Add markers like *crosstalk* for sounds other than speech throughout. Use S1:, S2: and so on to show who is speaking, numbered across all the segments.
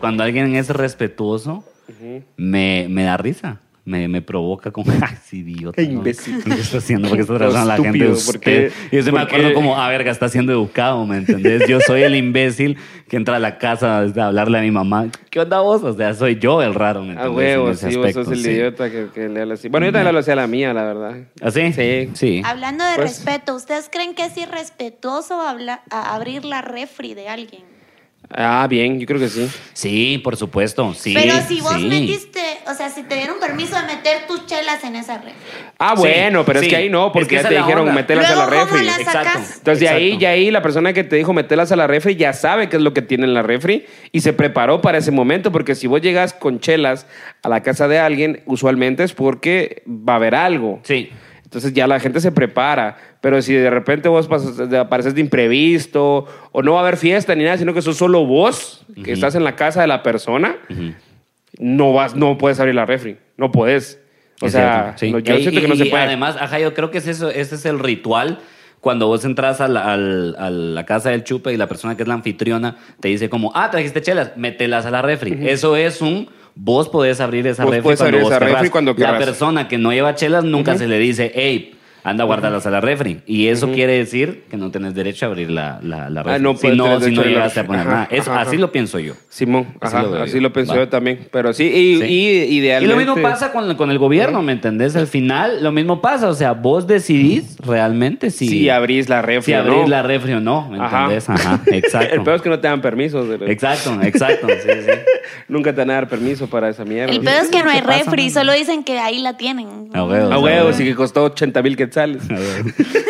S1: cuando alguien es respetuoso, me, me da risa. Me, me provoca como, *laughs* ay, sí, idiota.
S2: Qué
S1: ¿no?
S2: imbécil.
S1: ¿Por qué está haciendo? ¿Por qué está
S2: Todo
S1: tratando a la gente de
S2: estúpido, ¿por qué?
S1: usted? Y yo se me
S2: ¿Por
S1: acuerdo
S2: qué?
S1: como, a verga, está siendo educado, ¿me entendés? Yo soy el imbécil que entra a la casa a hablarle a mi mamá. ¿Qué onda vos? O sea, soy yo el raro, ¿me
S2: A
S1: entendés? En
S2: huevos,
S1: ese
S2: Ah, sí, vos
S1: aspecto,
S2: sos el
S1: sí.
S2: idiota que, que le habla así. Bueno, yo también le hablo así a la mía, la verdad.
S1: ¿Ah, sí?
S2: Sí.
S3: Hablando de
S2: Pues-
S3: respeto, ¿ustedes creen que es irrespetuoso habla- a- abrir la refri de alguien?
S2: Ah, bien, yo creo que sí.
S1: Sí, por supuesto, sí.
S3: Pero si vos
S1: sí.
S3: metiste, o sea, si te dieron permiso de meter tus chelas en esa refri.
S2: Ah,
S1: Sí,
S2: bueno, pero
S1: sí.
S2: es que ahí no,
S1: Es que
S2: porque
S1: esa
S2: ya te
S1: es la
S2: dijeron
S1: onda.
S2: metelas a la
S3: Luego, ¿cómo
S2: refri.
S3: las
S1: Exacto.
S3: sacas?
S2: Entonces de ahí,
S1: Exacto.
S2: ya ahí la persona que te dijo metelas a la refri ya sabe qué es lo que tiene en la refri y se preparó para ese momento, porque si vos llegas con chelas a la casa de alguien, usualmente es porque va a haber algo.
S1: Sí.
S2: Entonces ya la gente se prepara, pero si de repente vos pasas- de- apareces de imprevisto o no va a haber fiesta ni nada, sino que sos solo vos, que estás en la casa de la persona, no vas, no puedes abrir la refri, no puedes. O
S1: Es
S2: sea,
S1: cierto, sí.
S2: no- yo
S1: Y-
S2: siento que
S1: y-
S2: no se
S1: y
S2: puede.
S1: Además, ajá, yo creo que es eso, ese es el ritual. Cuando vos entras a la, al- a la casa del chupe y la persona que es la anfitriona te dice como, ah, trajiste chelas, mételas a la refri. Eso es un, vos podés abrir esa
S2: Vos
S1: refri
S2: podés
S1: cuando
S2: abrir
S1: vos
S2: esa refri
S1: querrás.
S2: cuando
S1: La
S2: querrás.
S1: persona que no lleva chelas nunca se le dice, hey, anda a guardarlas a la refri. Y eso quiere decir que no tenés derecho a abrir la, la, la refri.
S2: Ah, no
S1: si
S2: puedes
S1: no,
S2: tener
S1: si no
S2: derecho a la
S1: llegaste a
S2: refri.
S1: poner
S2: Ajá,
S1: nada. Es-
S2: ajá,
S1: así
S2: ajá.
S1: lo pienso yo.
S2: Simón,
S1: Así
S2: ajá,
S1: lo
S2: así
S1: veo
S2: lo,
S1: yo.
S2: pensé
S1: Va.
S2: yo también. Pero sí, y,
S1: Sí.
S2: y idealmente.
S1: Y lo mismo pasa con, con el gobierno, ¿me entendés? Al final, lo mismo pasa. O sea, vos decidís realmente si,
S2: si abrís la
S1: si
S2: refri. o
S1: abrís
S2: no.
S1: la refri o no, ¿me
S2: Ajá. *laughs*
S1: entendés? Ajá, exacto.
S2: El peor es que no te dan permisos. de-
S1: Exacto, exacto. sí, sí.
S2: Nunca te van a dar permiso para esa mierda.
S3: El peor es que no hay
S1: ¿Qué pasa,
S3: refri,
S1: mano?
S3: solo dicen que ahí la tienen.
S1: A huevos.
S2: A huevos, y que costó 80 mil quetzales. *laughs*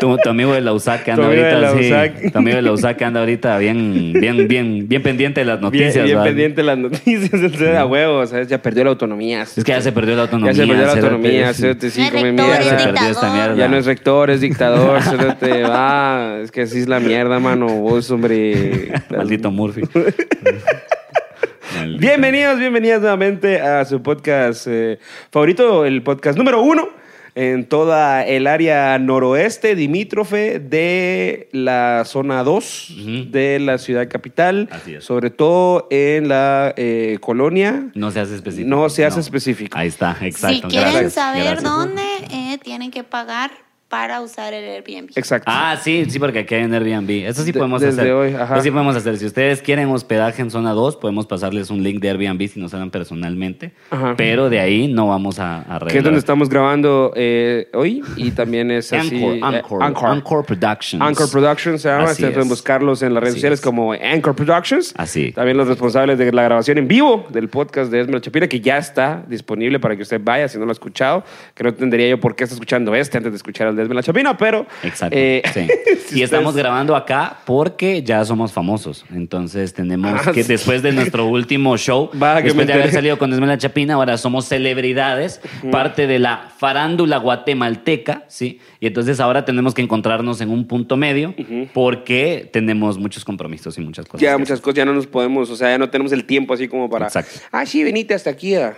S1: Tu, tu amigo de la USAC que anda
S2: Tu amigo de
S1: ahorita,
S2: la
S1: sí.
S2: USAC.
S1: Tu amigo de la USAC que anda ahorita bien, bien, bien, bien pendiente de las
S2: Bien,
S1: noticias.
S2: bien
S1: ¿verdad?
S2: pendiente de las noticias, *laughs* entonces, a huevos, ¿sabes? Ya perdió la autonomía.
S1: Es que ya se perdió la autonomía.
S2: Ya se perdió la
S1: cerote,
S2: autonomía,
S1: sí.
S2: cerote, sí,
S3: no hay
S2: come
S3: rector,
S1: Se
S3: es
S2: mierda.
S1: perdió esta
S3: dictador.
S1: mierda.
S2: Ya no es rector,
S1: *laughs*
S2: es dictador, cerote, va. Es que así es la mierda, mano. Vos, hombre.
S1: *laughs* Maldito Murphy. Maldito.
S2: *laughs* Bienvenidos, bienvenidas nuevamente a su podcast eh, favorito, el podcast número uno en toda el área noroeste, dimítrofe de la zona 2
S1: Ujú.
S2: de la ciudad capital,
S1: Así es.
S2: sobre todo en la eh, colonia.
S1: No se hace específico.
S2: No se hace específico.
S1: Ahí está, exacto.
S3: si quieren
S1: gracias,
S3: saber
S1: gracias.
S3: dónde, eh, tienen que pagar para usar el Airbnb.
S2: Exacto.
S1: Ah, sí, sí, porque aquí hay un Airbnb. Eso sí
S2: De-
S1: podemos
S2: desde
S1: hacer.
S2: hoy, ajá.
S1: Eso sí podemos hacer. Si ustedes quieren hospedaje en zona 2, podemos pasarles un link de Airbnb si nos hablan personalmente.
S2: Ajá.
S1: Pero de ahí no vamos a, a
S2: que es donde
S1: arreglar.
S2: estamos grabando eh, hoy y también es así. eh,
S1: Anchor, Anchor, Anchor, Productions.
S2: Anchor Productions se llama.
S1: Así
S2: Ustedes
S1: es.
S2: pueden buscarlos en las redes
S1: Así
S2: sociales
S1: es.
S2: como Anchor Productions.
S1: Así.
S2: También los responsables de la grabación en vivo del podcast de Esmeralda Chapira, que ya está disponible para que usted vaya si no lo ha escuchado. Que no entendería yo por qué está escuchando este antes de escuchar el de Esmeralda Chapira, pero.
S1: Exacto.
S2: eh,
S1: *laughs*
S2: *laughs*
S1: sí.
S2: si
S1: y estamos
S2: ustedes-
S1: grabando acá porque ya somos famosos. Entonces tenemos
S2: Ah,
S1: que
S2: sí.
S1: después de
S2: *laughs*
S1: nuestro último show,
S2: Va, que me
S1: después de haber
S2: enteré.
S1: salido con Esmela Chapina, ahora somos celebridades, parte de la farándula guatemalteca, ¿sí? Y entonces ahora tenemos que encontrarnos en un punto medio porque tenemos muchos compromisos y muchas cosas.
S2: Ya
S1: que
S2: muchas cosas, ya no nos podemos, o sea, ya no tenemos el tiempo así como para.
S1: Exacto.
S2: Ah, sí, venite hasta aquí, a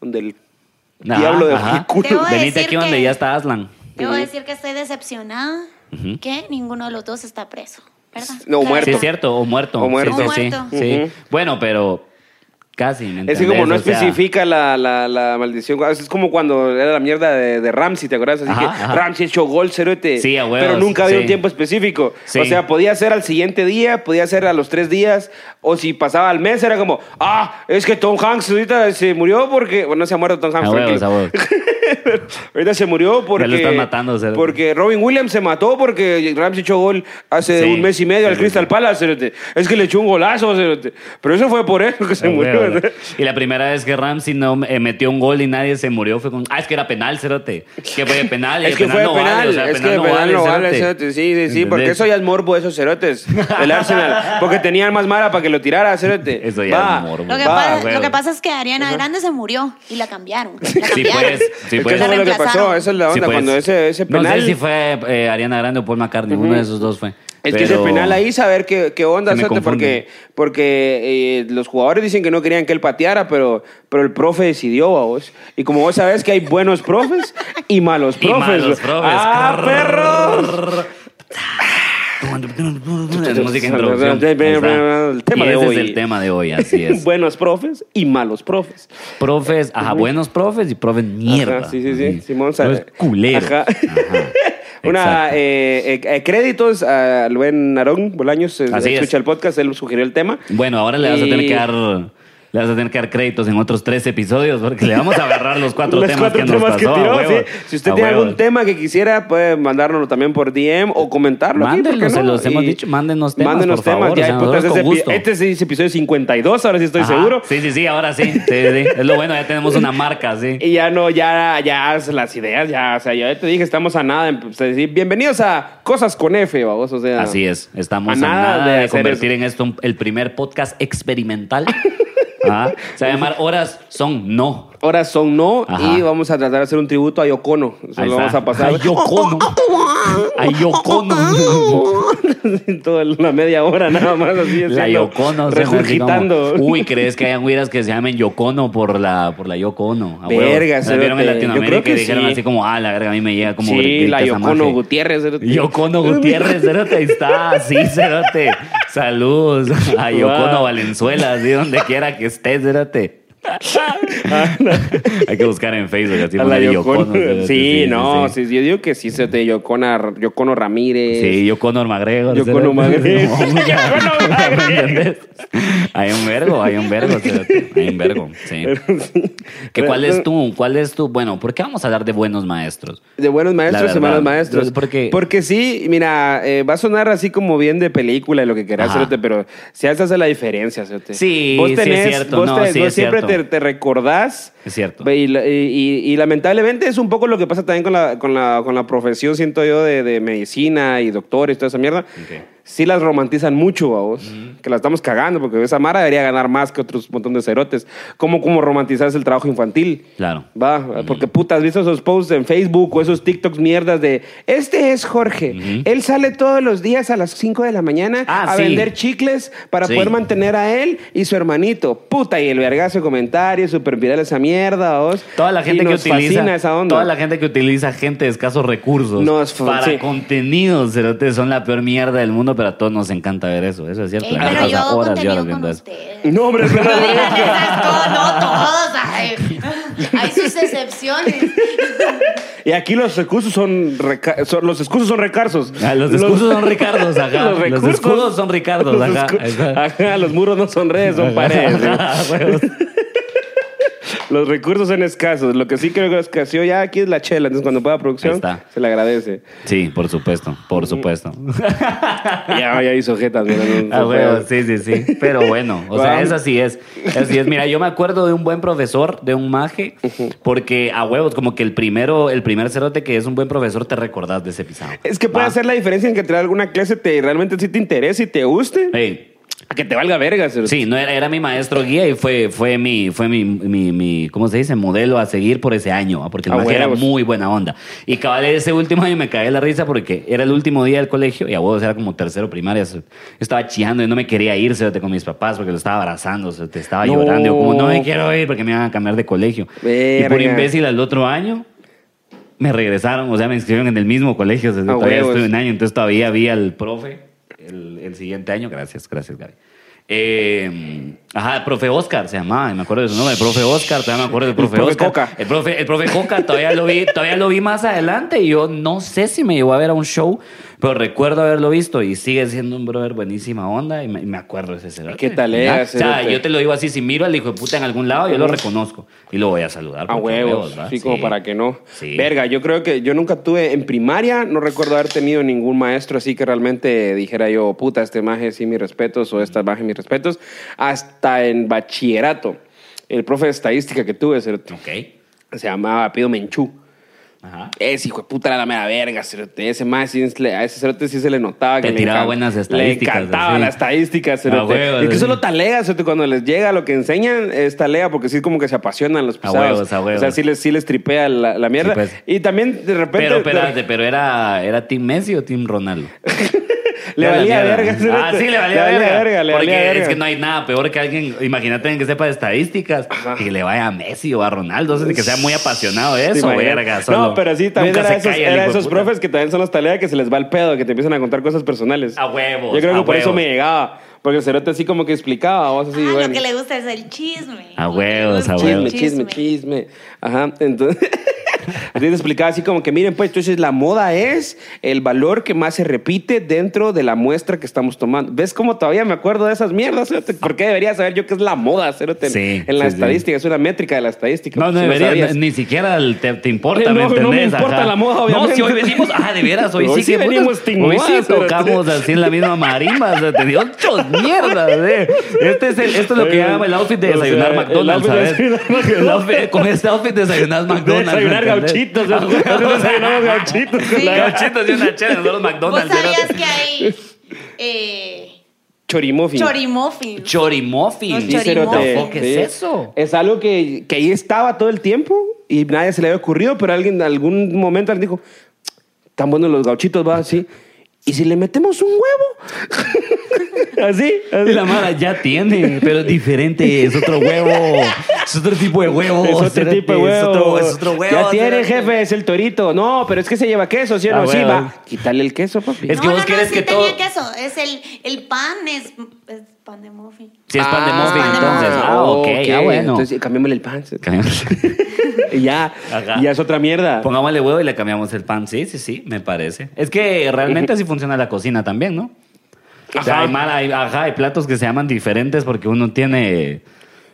S2: donde el
S1: hacer.
S2: diablo de
S1: Ajá, ajá.
S2: Culo.
S3: Debo
S1: Venite
S3: decir
S1: aquí donde
S3: que-
S1: ya está Aslan.
S3: Debo decir que estoy decepcionada
S1: Ujú.
S3: que ninguno de los dos está preso. ¿verdad?
S2: No, muerto.
S1: Sí, es cierto, o muerto.
S2: O muerto.
S1: Sí, sí,
S3: O
S1: sí,
S3: muerto.
S1: sí.
S2: Ujú.
S1: Bueno, pero casi. ¿me
S2: Es que como
S1: entendés?
S2: no
S1: O sea,
S2: especifica la, la, la maldición, es como cuando era la mierda de, de Ramsey, ¿te acuerdas? Así
S1: Ajá,
S2: que
S1: ajá.
S2: Ramsey echó gol, cerote.
S1: Sí, a huevos,
S2: Pero nunca había
S1: sí.
S2: un tiempo específico.
S1: Sí.
S2: O sea, podía ser al siguiente día, podía ser a los tres días, o si pasaba al mes, era como, ah, es que Tom Hanks ahorita se murió porque. Bueno, no se ha muerto Tom Hanks,
S1: A huevos,
S2: tranquilo.
S1: a
S2: *laughs*
S1: huevos.
S2: Ahorita se murió porque.
S1: están matando, cerote.
S2: Porque Robin Williams se mató porque Ramsey echó gol hace
S1: Sí,
S2: un mes y medio al
S1: sí,
S2: Crystal
S1: sí.
S2: Palace, cerote. Es que le echó un golazo, cerote. Pero eso fue por eso que *laughs* se
S1: Ah,
S2: murió.
S1: huevo,
S2: cerote.
S1: Y la primera vez que Ramsey no eh, metió un gol y nadie se murió fue con, ah, es que era penal, cerote. Que fue de penal y
S2: Es
S1: el
S2: que
S1: penal
S2: fue
S1: no
S2: penal,
S1: vale, o sea, el
S2: es que
S1: penal no
S2: el penal
S1: vale,
S2: no vale,
S1: cerote.
S2: cerote, sí, sí, sí, porque
S1: ¿Entendés?
S2: eso ya es morbo de esos cerotes del Arsenal, porque tenían más mala para que lo tirara, cerote.
S1: Eso ya
S2: Va,
S1: es morbo.
S3: Lo que,
S2: va.
S3: pasa,
S1: güey.
S3: lo que pasa es que Ariana Grande se murió y la cambiaron. La
S1: Sí,
S3: cambiaron.
S1: pues, sí,
S2: Es que
S1: pues.
S2: eso
S3: La
S2: fue lo que pasó,
S3: reemplazaron.
S2: esa es la onda,
S1: Sí, pues.
S2: cuando ese, ese penal...
S1: No sé si fue eh, Ariana Grande o Paul McCartney, uno de esos dos fue.
S2: Es que ese
S1: Pero-
S2: penal ahí, saber qué, qué onda,
S1: Se me
S2: cerote, porque,
S1: confunde.
S2: porque eh, los jugadores dicen que no querían que él pateara, pero, pero el profe decidió a vos. Y como vos sabés que hay buenos profes y
S1: *laughs*
S2: malos ¡Ah,
S1: Y
S2: profes.
S1: malos profes.
S2: ¡Ah, perro!
S1: Es
S2: *laughs*
S1: música de introducción.
S2: El tema
S1: Y
S2: de
S1: ese
S2: hoy.
S1: es el tema de hoy, así es.
S2: *laughs* Buenos profes y malos profes.
S1: Profes, ajá, buenos profes y profes mierda.
S2: Ajá, sí, sí, sí.
S1: Así.
S2: Simón
S1: Profes
S2: Sa-
S1: culeros.
S2: Ajá. Una,
S1: Exacto.
S2: eh, eh, eh, créditos a Luen Narón Bolaños. eh,
S1: Así es.
S2: escucha el podcast, él sugirió el tema.
S1: Bueno, ahora le vas a tener
S2: Y-
S1: que dar. Le vas a tener que dar créditos en otros tres episodios porque le vamos a agarrar los cuatro
S2: *laughs* Los
S1: temas
S2: cuatro
S1: que nos
S2: temas que
S1: pasó. a
S2: tiró,
S1: huevos,
S2: sí. Si usted
S1: a
S2: tiene
S1: huevos.
S2: algún tema que quisiera, puede mandárnoslo también por DM o comentarlo. aquí, ¿por qué
S1: Mándenos, se
S2: no?
S1: los hemos
S2: Y-
S1: dicho, mándenos temas, por favor,
S2: ya
S1: o sea,
S2: hay
S1: nosotros
S2: putas,
S1: con
S2: este,
S1: gusto.
S2: epi- este sí es episodio 52, ahora sí estoy
S1: Ajá.
S2: seguro.
S1: Sí, sí, sí, ahora sí. sí, sí. Es lo bueno, ya tenemos una marca, sí.
S2: *laughs* Y ya no, ya, ya las ideas, ya, o sea, ya te dije, estamos a nada. de empezar a decir, bienvenidos a Cosas con F, babos, o sea.
S1: Así es, estamos
S2: A
S1: a
S2: nada
S1: nada,
S2: de
S1: de,
S2: hacer
S1: convertir en esto un- el primer podcast
S2: *laughs*
S1: experimental. Ajá. Se va a llamar Horas Son No.
S2: Ahora son no,
S1: Ajá.
S2: y vamos a tratar de hacer un tributo a Yocono. Se
S1: Ahí
S2: lo
S1: está.
S2: vamos a pasar.
S1: A Yocono. A Yocono.
S2: *laughs* Toda la media hora nada más así.
S1: La
S2: haciendo-
S1: Yocono. se me hace
S2: Regurgitando.
S1: como, Uy, ¿crees que hayan güiras que se llamen Yocono por la, por la Yocono?
S2: Verga,
S1: se vieron en
S2: cerote. Yo creo
S1: Latinoamérica
S2: que
S1: y dijeron
S2: sí.
S1: así como, ah, la verga, a mí me llega como
S2: sí,
S1: gri-
S2: la
S1: grita esa
S2: Yocono
S1: magia.
S2: Gutiérrez. cerote.
S1: Yocono Gutiérrez, cerote, ahí está, sí, cerote. Saludos a Yocono
S2: Wow.
S1: Valenzuela, así donde quiera que estés,
S2: *laughs*
S1: cerote. Hay que buscar en Facebook, así
S2: Ah, A la
S1: poner
S2: Yocono.
S1: Yocono. cerote,
S2: Sí, no, sí. yo digo que sí, se te Yocona, Yocono Ramírez.
S1: Sí, Yocono Ormagrego.
S2: Yocono
S1: cerote. No,
S2: Magre-
S1: *laughs*
S2: *laughs* Yocono Magre-
S1: ¿me entendés? Hay un vergo, hay un vergo, cerote, hay un vergo, sí. ¿Que ¿Cuál es tu, cuál es tu, bueno, por qué vamos a hablar de buenos maestros?
S2: De buenos maestros
S1: La
S2: y malos
S1: verdad.
S2: maestros.
S1: Yo- porque-
S2: Porque sí, mira, eh, va a sonar así como bien de película y lo que querás,
S1: Ajá.
S2: cerote, pero si haces hace la diferencia, cerote.
S1: Sí, sí es cierto.
S2: Vos,
S1: No, sí
S2: vos
S1: es
S2: siempre
S1: cierto.
S2: Te, te recordás.
S1: Es cierto.
S2: Y, la- y- y- y lamentablemente es un poco lo que pasa también con la, con la, con la profesión, siento yo, de, de medicina y doctores, toda esa mierda.
S1: Ok.
S2: Sí las romantizan mucho, vos. Que la estamos cagando, porque esa Mara debería ganar más que otros montón de cerotes. Como, como romantizarse el trabajo infantil.
S1: Claro.
S2: Va, porque putas, ¿has visto esos posts en Facebook o esos TikToks mierdas de este es Jorge? Él sale todos los días a las 5 de la mañana
S1: Ah,
S2: a
S1: sí.
S2: vender chicles para
S1: Sí.
S2: poder mantener a él y su hermanito. Puta, y el vergazo de comentarios, super viral esa mierda, vos.
S1: Toda la gente
S2: Y
S1: que
S2: nos fascina
S1: utiliza
S2: esa onda.
S1: toda la gente que utiliza gente de escasos recursos
S2: Nos fa-
S1: para
S2: sí.
S1: contenidos, cerote, son la peor mierda del mundo, pero a todos nos encanta ver eso, eso es cierto.
S3: Ey,
S1: La gente
S3: pero yo
S1: pasa
S3: hago
S1: pues, horas y
S3: contenido
S1: horas
S3: con
S1: viendo eso.
S3: ustedes.
S2: No, hombre,
S1: *laughs*
S2: pero-
S3: No digan esas cosas, no todos. ay. Hay sus excepciones.
S2: Y aquí los recursos son, reca- son- los excusos son recarsos.
S1: Ah, los escudos son Ricardos, ajá.
S2: *laughs*
S1: Los,
S2: Los recursos-
S1: escudos son Ricardos,
S2: *laughs* los
S1: ajá.
S2: escu-
S1: Exacto.
S2: Ajá, los muros no son redes, son paredes.
S1: *laughs*
S2: *laughs*
S1: Ajá, huevos.
S2: Los recursos son escasos. Lo que sí creo que es escaseó ya aquí es la chela. Entonces, cuando pueda producción,
S1: Ahí está.
S2: se
S1: *laughs*
S2: le agradece.
S1: Sí, por supuesto, por supuesto.
S2: ya, ya hizo jetas. mira, no-
S1: Ah,
S2: no
S1: bueno,
S2: puedo.
S1: sí, sí, sí. Pero bueno, o sea,
S2: Vamos.
S1: es así es. Así es. Mira, yo me acuerdo de un buen profesor, de un maje, porque a huevos, como que el primero, el primer cerote que es un buen profesor, te recordás de ese pisado.
S2: Es que puede
S1: Va.
S2: hacer la diferencia en que te da alguna clase te realmente sí te interese y te guste.
S1: Ey,
S2: A que te valga verga. cerote.
S1: Sí, no era, era mi maestro guía y fue, fue mi, fue mi, mi, mi- ¿cómo se dice? Modelo a seguir por ese año, ah, porque el
S2: A
S1: maje era
S2: huevos.
S1: muy buena onda. Y cabal ese último año me caí la risa porque era el último día del colegio y a vos era como tercero primaria. se- Yo estaba chillando y no me quería ir cerote, con mis papás porque lo estaba abrazando, se- te estaba
S2: No.
S1: llorando. Yo como, no me quiero ir porque me iban a cambiar de colegio. Y por
S2: Verga.
S1: imbécil al otro año... Me regresaron, o sea, me inscribieron en el mismo colegio. o sea,
S2: A
S1: todavía
S2: huevos.
S1: estuve un año, entonces todavía vi al profe el, el siguiente año. Gracias, gracias, Gaby. Eh, ajá, el profe Oscar se llamaba, y me acuerdo de su nombre, el profe Oscar, todavía me acuerdo del profe,
S2: profe
S1: Oscar.
S2: Coca.
S1: El profe, el profe Coca, todavía lo vi, todavía lo vi más adelante y yo no sé si me llevó a ver a un show, pero recuerdo haberlo visto y sigue siendo un brother buenísima onda y me, y me acuerdo de ese cerote.
S2: ¿Qué tal
S1: ¿verdad?
S2: era,
S1: O sea,
S2: cerote?
S1: yo te lo digo así, si miro al hijo de puta en algún lado, yo lo reconozco y lo voy a saludar.
S2: A
S1: porque,
S2: huevos,
S1: ¿verdad?
S2: sí, como
S1: Sí.
S2: para que no.
S1: Sí.
S2: Verga, yo creo que yo nunca tuve, en primaria, no recuerdo haber tenido ningún maestro así que realmente dijera yo, puta, este maje sí mis respetos o esta maje mis respetos, hasta en bachillerato. El profe de estadística que tuve cerote,
S1: Ok.
S2: se llamaba Pido Menchú.
S1: Ajá.
S2: Ese hijo de puta era la mera verga, cerote. Ese más, sí es- le- a ese cerote sí se le notaba que
S1: Te
S2: le
S1: tiraba
S2: encan-
S1: buenas
S2: Le
S1: estadísticas,
S2: encantaba
S1: así.
S2: la estadística,
S1: A
S2: cerote.
S1: huevos,
S2: y que
S1: así.
S2: solo talega, cerote. Cuando les llega lo que enseñan, es talea porque sí como que se apasionan los
S1: A
S2: pisados.
S1: huevos, a huevos.
S2: O sea, sí les, sí les tripea la, la mierda.
S1: Sí, pues.
S2: Y también, de repente...
S1: Pero,
S2: de-
S1: espérate, pero era, era Team Messi o Team Ronaldo.
S2: Le
S1: a la
S2: valía
S1: mierda.
S2: verga.
S1: Ah, sí, le valía
S2: Le
S1: verga.
S2: valía verga, le
S1: Porque
S2: valía
S1: es
S2: verga.
S1: que no hay nada peor que alguien, imagínate que sepa de estadísticas y que le vaya a Messi o a Ronaldo, o sea, que sea muy apasionado de
S2: ¿Te
S1: eso,
S2: imaginas?
S1: verga.
S2: No,
S1: solo.
S2: pero sí, también
S1: Nunca
S2: era
S1: se
S2: esos,
S1: calla el
S2: era
S1: hijo de
S2: esos
S1: puta.
S2: profes que también son las tareas que se les va el pedo, que te empiezan a contar cosas personales.
S1: A huevos.
S2: Yo creo que
S1: a
S2: por eso
S1: huevos.
S2: me llegaba. Porque el cerote así como que explicaba, vos así,
S3: Ah,
S2: bueno.
S3: lo que le gusta es el chisme.
S1: A huevos, a
S2: Chisme,
S1: huevos.
S2: chisme, chisme. Ajá, entonces... *laughs* Así te explicaba así como que, miren, pues, entonces la moda es el valor que más se repite dentro de la muestra que estamos tomando. ¿Ves cómo todavía me acuerdo de esas mierdas? cerote? ¿Por qué debería saber yo qué es la moda, cerote? En-
S1: Sí,
S2: en la
S1: sí, sí.
S2: estadística, es una métrica de la estadística.
S1: No,
S2: si
S1: no debería,
S2: sabías.
S1: ni siquiera el- te, te importa,
S2: No,
S1: ¿me
S2: no me
S1: entendés?
S2: importa
S1: Ajá.
S2: la moda, obviamente.
S1: No, si hoy venimos, ah, de veras, hoy,
S2: Hoy sí
S1: sí que
S2: venimos
S1: putas,
S2: sin
S1: Hoy
S2: moda,
S1: sí
S2: pero-
S1: tocamos así en la misma marimba, o sea, te dio ocho mierdas, eh. Este es el- esto es lo que
S2: Oigan,
S1: llama el outfit de
S2: Eh, o sea,
S1: desayunar
S2: el
S1: McDonald's,
S2: outfit de
S1: ¿sabes?
S2: desayunar
S1: *laughs*
S2: McDonald's.
S1: El outfit- con este outfit desayunar McDonald's. ¿me
S2: Desayunar
S1: entendés?
S2: gauchitos.
S1: Ah, güey. *laughs*
S2: Nosotros desayunamos gauchitos.
S3: Sí.
S1: Gauchitos y una chela, no los
S3: ¿Vos
S1: McDonald's.
S3: sabías
S1: ¿verdad?
S3: que hay eh,
S2: Chorimofi.
S3: chorimoffins?
S1: Chorimoffin.
S3: Los chorimoffins.
S1: ¿Qué es eso?
S2: Es algo que, que ahí estaba todo el tiempo y nadie se le había ocurrido, pero alguien en algún momento alguien dijo, tan buenos los gauchitos, va así. ¿Y si le metemos un huevo? *laughs* así, así.
S1: Y *laughs* la mala ya tiene, pero es diferente, es otro huevo. Es otro tipo de huevo.
S2: Es otro
S1: espérate,
S2: tipo de huevo.
S1: Es otro, es otro huevo.
S2: Ya tiene,
S1: espérate.
S2: jefe, es el torito. No, pero es que se lleva queso, ¿sí o
S1: Ah,
S2: no? Sí,
S1: huevo.
S2: va. Quítale el queso, papi.
S1: Es que vos querés
S3: sí
S1: que
S3: tenía
S1: todo-
S3: queso. Es el, el pan, es, es pan de muffin.
S1: Si es pan de
S2: Ah,
S1: muffin,
S3: pan de
S1: entonces.
S3: muffin.
S1: Ah, ok, ah, bueno.
S2: Entonces, cambiémosle el pan.
S1: Cambiamos-
S2: *laughs* Y ya,
S1: Ajá.
S2: y ya es otra mierda.
S1: *laughs* Pongámosle huevo y le cambiamos el pan. Sí, sí, sí, me parece. Es que realmente así funciona la cocina también, ¿no? O sea,
S2: Ajá.
S1: hay, mala- hay- ajá, hay platos que se llaman diferentes porque uno tiene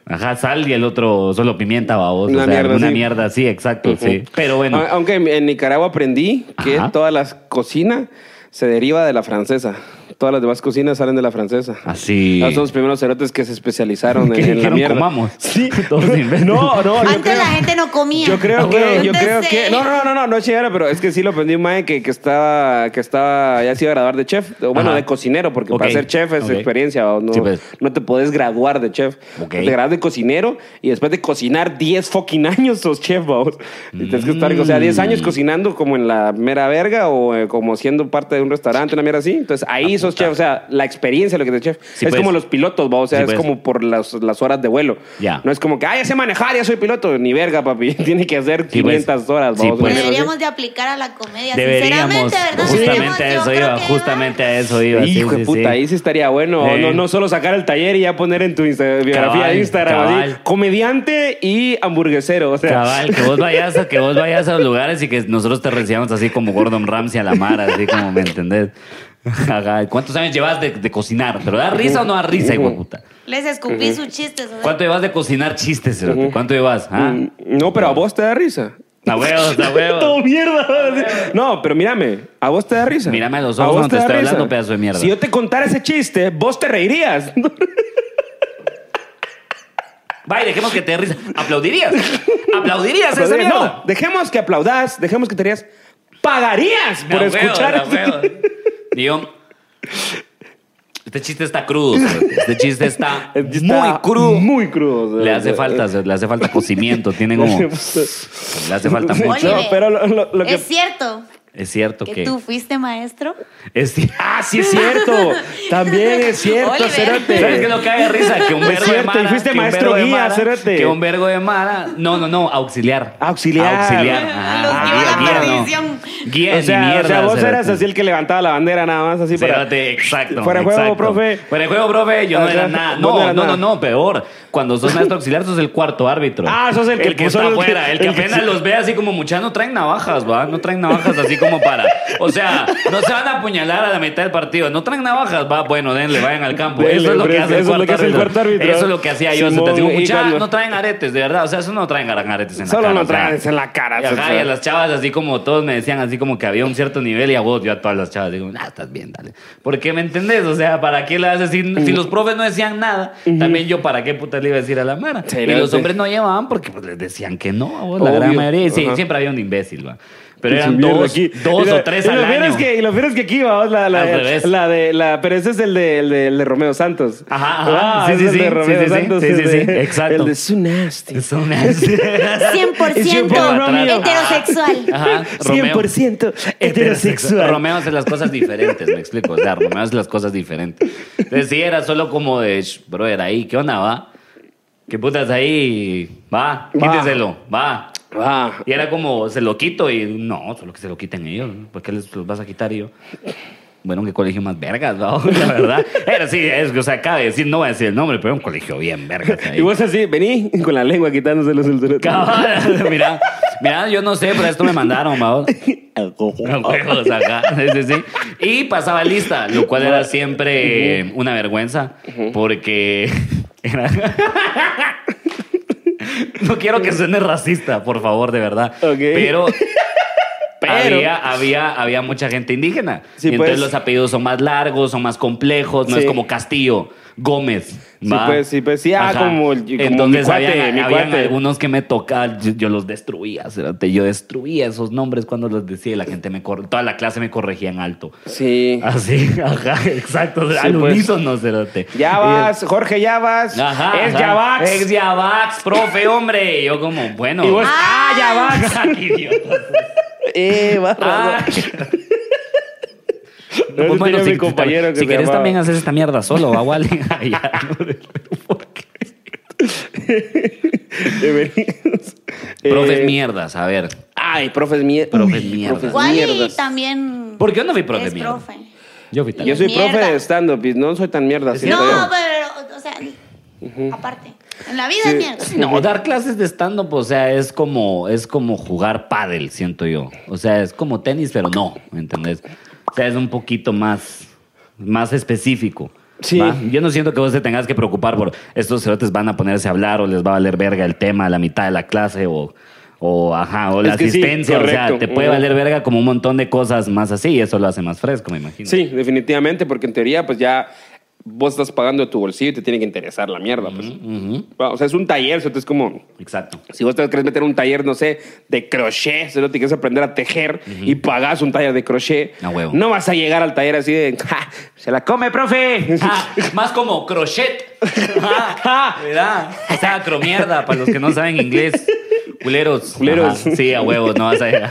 S1: ajá, sal y el otro solo pimienta, babos.
S2: Una
S1: o sea,
S2: mierda
S1: una
S2: así. Ah,
S1: mierda, sí, exacto, sí. Pero bueno.
S2: A- Aunque en Nicaragua aprendí que
S1: Ajá.
S2: toda la cocina se deriva de la francesa. Todas las demás cocinas salen de la francesa.
S1: Así.
S2: Esos ah. son los primeros cerotes que se especializaron
S1: *laughs* Que
S2: en, en la
S1: dijeron,
S2: mierda.
S1: "Comamos".
S2: *laughs* Sí.
S1: *laughs* Todos inventan.
S2: no, no. yo
S3: Antes
S2: creo-
S3: la gente no comía.
S2: Yo creo que, yo creo
S3: Entonces, eh,
S2: que. No, no, no, no, no, no es chingada, pero es que sí lo aprendí un mae que, que estaba, que estaba, ya se iba a graduar de chef, o bueno,
S1: Ajá.
S2: de cocinero, porque
S1: Ok,
S2: para ser chef es
S1: ok.
S2: experiencia, o no,
S1: Sí, pues.
S2: no te puedes graduar de chef.
S1: Ok.
S2: Te graduas de cocinero y después de cocinar 10 fucking años sos chef, vamos. Y tienes que estar, o sea, 10
S1: Mm.
S2: años cocinando como en la mera verga o eh, como siendo parte de un restaurante, una mierda así. Entonces ahí sos chef, o sea, la experiencia lo que te chef.
S1: Sí,
S2: es
S1: pues.
S2: como los pilotos, vamos, o sea,
S1: Sí,
S2: es
S1: pues.
S2: como por las, las horas de vuelo.
S1: Ya.
S2: No es como que, ah, ya sé manejar, ya soy piloto. Ni verga, papi. *laughs* Tiene que hacer
S1: Sí, pues.
S2: 500 horas.
S1: Sí,
S2: vamos,
S1: pues.
S2: una mierda así.
S3: Deberíamos de aplicar a la comedia.
S1: Deberíamos.
S3: Sinceramente, ¿verdad? Deberíamos,
S1: Justamente
S3: yo
S1: a eso
S3: creo
S1: iba,
S3: que-
S1: justamente a eso iba. sí,
S2: Hijo de
S1: sí,
S2: puta,
S1: sí.
S2: ahí sí estaría bueno.
S1: Sí.
S2: No, no solo sacar el taller y ya poner en tu Insta- biografía
S1: Cabal,
S2: de Instagram. así,
S1: cabal.
S2: comediante y hamburguesero. O sea,
S1: Cabal, que vos vayas a que vos vayas a los lugares y que nosotros te recibamos así como Gordon Ramsay a la mar, así como me entendés. Ajá. ¿Cuántos años llevas de, de cocinar? ¿Pero da risa o no da risa, hijo de puta?
S3: Les escupí sus chistes. o sea,
S1: ¿Cuánto llevas de cocinar chistes, cerote? ¿Cuánto llevas? ¿Ah?
S2: mm, No, pero a vos te da risa.
S1: A huevos, a huevos.
S2: *laughs* Todo mierda. No, pero mírame, a vos te da risa.
S1: Mírame a los ojos
S2: vos
S1: cuando te
S2: da
S1: estoy
S2: risa?
S1: hablando, pedazo de mierda.
S2: Si yo te contara ese chiste, vos
S1: *laughs*
S2: te reirías.
S1: Va, y dejemos que te dé risa.
S2: *laughs*
S1: ¿Aplaudirías? ¿Aplaudirías esa
S2: Aplaudir-
S1: mierda?
S2: No, dejemos que aplaudas, dejemos que te rías. Pagarías por
S1: A huevos,
S2: escuchar
S1: a
S2: este-
S1: huevos. Y yo, Este chiste está crudo. cerote. Este chiste
S2: *laughs*
S1: está muy
S2: Está
S1: crudo.
S2: Muy crudo.
S1: Le hace
S2: *laughs*
S1: falta, le hace falta cocimiento, tiene como, le hace
S2: *laughs*
S1: falta mucho.
S3: Oye,
S2: No, pero lo, lo- lo que.
S3: Es cierto
S1: Es cierto
S3: que
S1: que,
S3: tú fuiste
S1: *laughs*
S3: maestro.
S1: es ci-
S2: Ah, sí es *laughs* cierto. También es cierto,
S3: Oliver.
S2: Cerote.
S1: ¿Sabes qué es lo que hay de risa? Que un
S2: Es
S1: vergo de
S2: cierto, y
S1: mara,
S2: fuiste
S1: que un
S2: maestro
S1: vergo de
S2: guía,
S1: mara-
S2: cérate.
S1: que un vergo de mara, no, no, no, auxiliar,
S2: Auxiliar.
S1: auxiliar,
S3: Los
S1: ajá,
S3: guió a la
S1: guía, guía,
S3: perdición.
S1: no. guía
S2: o sea,
S1: ni mierda,
S2: o sea, vos eras
S1: cérate.
S2: así el que levantaba la bandera nada más, así para.
S1: Cérate, exacto.
S2: Fuera de juego,
S1: exacto.
S2: profe.
S1: Fuera de juego, profe, yo no
S2: Ajá,
S1: era nada.
S2: vos no
S1: No,
S2: eras
S1: no, no,
S2: nada.
S1: no, peor. Cuando sos maestro auxiliar, sos el cuarto árbitro.
S2: Ah, sos el que-
S1: El que
S2: sos
S1: está
S2: el que-
S1: afuera, el que
S2: el que-
S1: apenas los ve así como mucha, no traen navajas, va. No traen navajas así como para. O sea, no se van a apuñalar a la mitad del partido. No traen navajas, va. Bueno, denle, vayan al campo.
S2: Denle,
S1: eso es lo que
S2: hombre,
S1: hace el
S2: eso es lo que
S1: cuarto
S2: hace el cuarto árbitro.
S1: Eso es lo que hacía yo.
S2: Simón,
S1: Entonces, digo,
S2: y
S1: mucha,
S2: cuando-
S1: no traen aretes, de verdad. O sea, eso no traen aretes en la
S2: Solo
S1: cara,
S2: lo
S1: o sea.
S2: traes en la cara.
S1: Y ajá, y
S2: Cerote.
S1: a las chavas, así como todos me decían, así como que había un cierto nivel, y a vos, yo a todas las chavas digo, ah, estás bien, dale. Porque me entendés, o sea, ¿para qué le haces? Si, si los profes no decían nada, también yo, ¿para qué puta le iba a decir a la mara?
S2: Sí,
S1: y
S2: no,
S1: los
S2: sí.
S1: hombres no llevaban porque pues, les decían que no, a vos, la
S2: Obvio.
S1: gran mayoría. Y sí,
S2: Ajá.
S1: siempre había un imbécil, va. Pero
S2: Y su
S1: eran
S2: mierda
S1: dos, dos
S2: Y lo-
S1: o tres
S2: y lo
S1: al
S2: peor
S1: año.
S2: Es que, y lo peor es que aquí, vamos, la, la,
S1: Al revés.
S2: la de, la, pero ese es el de, el de, el de Romeo Santos. Ah,
S1: Ajá, ajá. Sí,
S2: ese
S1: sí,
S2: es el
S1: sí,
S2: de
S1: sí,
S2: Romeo
S1: sí, sí,
S2: Santos,
S1: sí, sí,
S2: el de-
S1: sí, exacto.
S2: El de So Nasty.
S1: Es una- Ajá,
S2: *laughs*
S3: 100%
S1: *laughs*
S3: heterosexual.
S1: Romeo.
S2: 100% heterosexual.
S1: Romeo hace las cosas diferentes, me explico. O sea, Romeo hace las cosas diferentes. Entonces, sí, era solo como de, "Sh, brother, ahí, ¿qué onda, va? ¿Qué putas ahí? Va, quíteselo, va.
S2: Ah,
S1: Y era como, se lo quito y no, solo que se lo quiten ellos. ¿no? ¿Por qué les los vas a quitar Y yo? Bueno, qué colegio más vergas, ¿no? *laughs* la verdad. Era así, es, o sea, cabe decir, no voy a decir el nombre, pero era un colegio bien vergas. ahí. *laughs*
S2: *laughs* y vos así, vení *laughs* con la lengua quitándose los el
S1: Cabal, mira, mira, yo no sé, pero esto me mandaron, vamos. *laughs* A huevos, ajá. *laughs* Sí, sí, sí. Y pasaba lista, lo cual era siempre eh, una vergüenza, porque *laughs* era- no quiero que suene racista, por favor, de verdad.
S2: Ok.
S1: Pero.
S2: *laughs* Pero-
S1: Había, había, había mucha gente indígena.
S2: Sí,
S1: y entonces
S2: pues.
S1: los apellidos son más largos, son más complejos. No
S2: Sí.
S1: es como Castillo, Gómez.
S2: Sí,
S1: ¿va?
S2: pues, sí, pues, sí, ah,
S1: Ajá.
S2: como el- como mi
S1: Entonces
S2: cuate,
S1: habían-
S2: mi
S1: habían
S2: cuate.
S1: algunos unos que me tocaban, yo, yo los destruía, cerote. yo destruía esos nombres cuando los decía y la gente me corre, toda la clase me corregía en alto.
S2: Sí.
S1: Así, *laughs* ajá, exacto,
S2: Sí,
S1: al
S2: pues.
S1: unísono, cerote.
S2: Ya vas, Jorge, ya vas.
S1: Y- Ajá.
S2: es
S1: ajá.
S2: ya vas.
S1: Es Yavax, profe, hombre. Y yo como, bueno.
S2: Y vos,
S1: ah, Yavax. *laughs* Ay,
S2: *laughs*
S1: idiota.
S2: Eh, va, va,
S1: Ah. Pues
S2: va. *laughs* No, ese tenía mi compañero que
S1: si
S2: se
S1: querés
S2: llamaba-
S1: también haces esta mierda solo, va, Wally. *laughs* Ay, ya, no, ¿por qué?
S2: Eh, Bienvenidos.
S1: Profes
S2: *laughs* Eh,
S1: mierdas, a ver.
S2: Ay, profes mierda.
S1: Profes mierdas.
S3: Wally también.
S1: ¿Por qué yo no fui profe
S3: es
S1: mierda?
S3: profe.
S1: Yo fui tal.
S2: Yo soy
S3: Mierda.
S2: profe de stand-up y no soy tan mierda.
S1: Es
S2: siento
S3: no,
S2: yo.
S3: pero, o sea, aparte. En la vida
S2: Sí.
S3: es mierda.
S2: *laughs*
S1: No, dar clases de stand-up, o sea, es como, es como jugar pádel, siento yo. O sea, es como tenis, pero no, ¿me entendés? O sea, es un poquito más, más específico.
S2: Sí.
S1: ¿va? Yo no siento que vos te tengas que preocupar por estos cerotes van a ponerse a hablar o les va a valer verga el tema a la mitad de la clase o, o ajá, o la
S2: Es que sí,
S1: asistencia. o sea,
S2: correcto.
S1: te puede
S2: Ujú.
S1: valer verga como un montón de cosas más así y eso lo hace más fresco, me imagino.
S2: Sí, definitivamente, porque en teoría, pues ya vos estás pagando de tu bolsillo y te tiene que interesar la mierda. Pues.
S1: Ujú,
S2: Bueno, o sea, es un taller, entonces es como.
S1: Exacto.
S2: Si vos te querés meter un taller, no sé, de crochet, solo te quieres aprender a tejer y pagás un taller de crochet,
S1: A huevo.
S2: no vas a llegar al taller así de, "Ja, se la come,
S1: *laughs*
S2: profe. *laughs*
S1: Ah, más como crochet. Ah, ¿Verdad? O sea, cromierda, para los que no saben inglés. Culeros.
S2: Culeros.
S1: Ajá. Sí, a huevos, no vas a,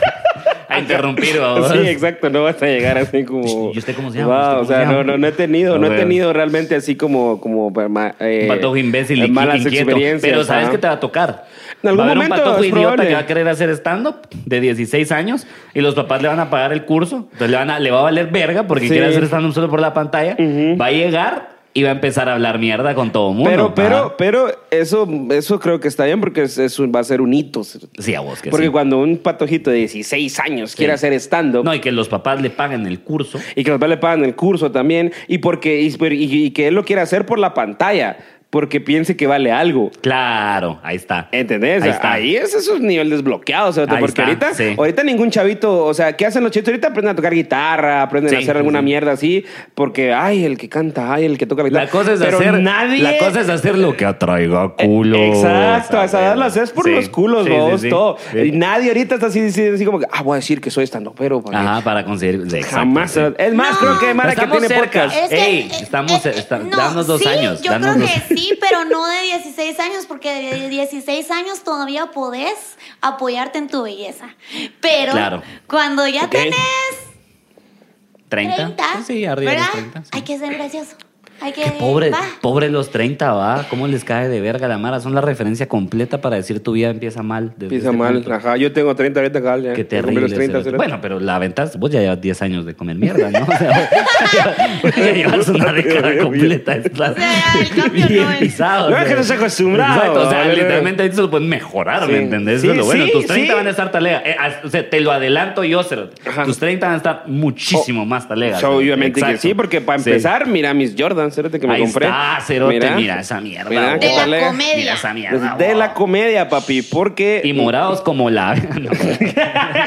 S1: a interrumpir, babos.
S2: Sí, exacto, no vas a llegar así como.
S1: ¿Y usted cómo se llama? ¿Usted
S2: Wow,
S1: cómo
S2: o sea,
S1: se llama?
S2: no, no, no he tenido,
S1: A
S2: no he
S1: ver.
S2: tenido realmente así como. como perma- eh,
S1: Un patojo imbécil y
S2: malas
S1: inquieto.
S2: experiencias.
S1: Pero sabes
S2: ajá.
S1: que te va a tocar.
S2: En algún
S1: va a haber
S2: momento,
S1: un patojo
S2: es
S1: idiota
S2: probable.
S1: que va a querer hacer stand-up de 16 años y los papás le van a pagar el curso. Entonces le, van a- le va a valer verga porque
S2: Sí.
S1: quiere hacer stand-up solo por la pantalla. Va a llegar y va a empezar a hablar mierda con todo mundo.
S2: Pero,
S1: Ajá.
S2: pero, pero eso, eso creo que está bien porque es, es un- va a ser un hito.
S1: Sí, a vos que
S2: Porque
S1: sí.
S2: cuando un patojito de 16 años quiere hacer stand-up
S1: No, y que los papás le paguen el curso.
S2: y que los papás le pagan el curso también y, porque, y, y- y que él lo quiera hacer por la pantalla porque piense que vale algo.
S1: Claro, ahí está.
S2: ¿Entendés?
S1: Ahí
S2: Ahí,
S1: está.
S2: es esos nivel desbloqueado, o sea,
S1: Ahí
S2: porque
S1: está,
S2: ahorita,
S1: sí.
S2: ahorita ningún chavito, o sea, ¿qué hacen los chavitos? Ahorita aprenden a tocar guitarra, aprenden a
S1: Sí,
S2: hacer
S1: sí,
S2: alguna
S1: sí.
S2: mierda así, porque, ay, el que canta, ay, el que toca guitarra.
S1: La cosa es
S2: Eh, Pero
S1: hacer.
S2: nadie... Eh,
S1: La cosa es hacer lo que atraiga culo.
S2: Exacto, a esa edad lo haces por
S1: Sí,
S2: los culos,
S1: sí,
S2: vos,
S1: sí, sí.
S2: todo.
S1: Sí.
S2: Y nadie ahorita está así, así, así como que, ah, voy a decir que soy estando, pero
S1: Ajá, para conseguir. sí, exacto,
S2: jamás.
S1: sí.
S2: Es más,
S3: No.
S2: creo que hay Mara que
S1: Estamos
S2: tiene
S1: cerca.
S2: podcast.
S3: Es que,
S1: Ey,
S3: eh,
S1: estamos-
S3: eh,
S1: está-
S3: no,
S1: danos dos
S3: sí,
S1: años,
S3: Yo
S1: danos
S3: creo
S1: dos-
S3: que sí, pero no
S1: *laughs*
S3: de 16 años, porque de 16 años todavía podés apoyarte en tu belleza. Pero
S1: Claro.
S3: cuando ya
S1: Ok.
S3: tenés
S1: 30.
S3: 30,
S1: Sí, sí, arriba de los
S3: ¿verdad?
S1: 30. sí.
S3: Hay que ser gracioso. Hay que
S1: Qué pobre,
S3: va.
S1: pobre los 30, va. ¿Cómo les cae de verga la Mara? Son la referencia completa para decir tu vida empieza mal. desde
S2: Empieza
S1: ese
S2: mal.
S1: punto.
S2: Ajá, yo tengo 30 ahorita, cabal, ya.
S1: Qué
S2: Yo cumplí
S1: terrible.
S2: los 30,
S1: cerote.
S2: cerote.
S1: bueno, pero la ventaja, vos ya llevas 10 años de comer mierda, ¿no? *laughs* O
S2: *laughs*
S1: sea, vos ya llevas una década completa. estás
S3: sea, el cambio no
S1: bien
S3: es-
S1: pisado,
S2: No,
S1: o sea.
S2: es que no se acostumbrado.
S1: Exacto, o sea,
S2: Vale,
S1: literalmente ahí se lo pueden mejorar,
S2: Sí.
S1: ¿me entendés?
S2: Sí,
S1: Eso es lo bueno.
S2: sí,
S1: tus 30
S2: sí.
S1: van a estar talega. Eh, as- o sea, te lo adelanto yo, cerote.
S2: Ajá.
S1: Tus 30 van a estar muchísimo más talega.
S2: O sea,
S1: cerote.
S2: obviamente que
S1: Exacto.
S2: sí, porque para
S1: Sí.
S2: empezar, mira mis Jordans, cerote, que me
S1: Ahí
S2: compré.
S1: está, cerote, mira, esa mierda. oh.
S2: mira,
S1: vos.
S2: qué
S3: De la
S2: tal, eh.
S3: comedia.
S1: Mira esa mierda.
S2: De
S1: vos.
S2: la comedia, papi, porque...
S1: Y morados como la... *laughs*
S2: *laughs*
S1: No.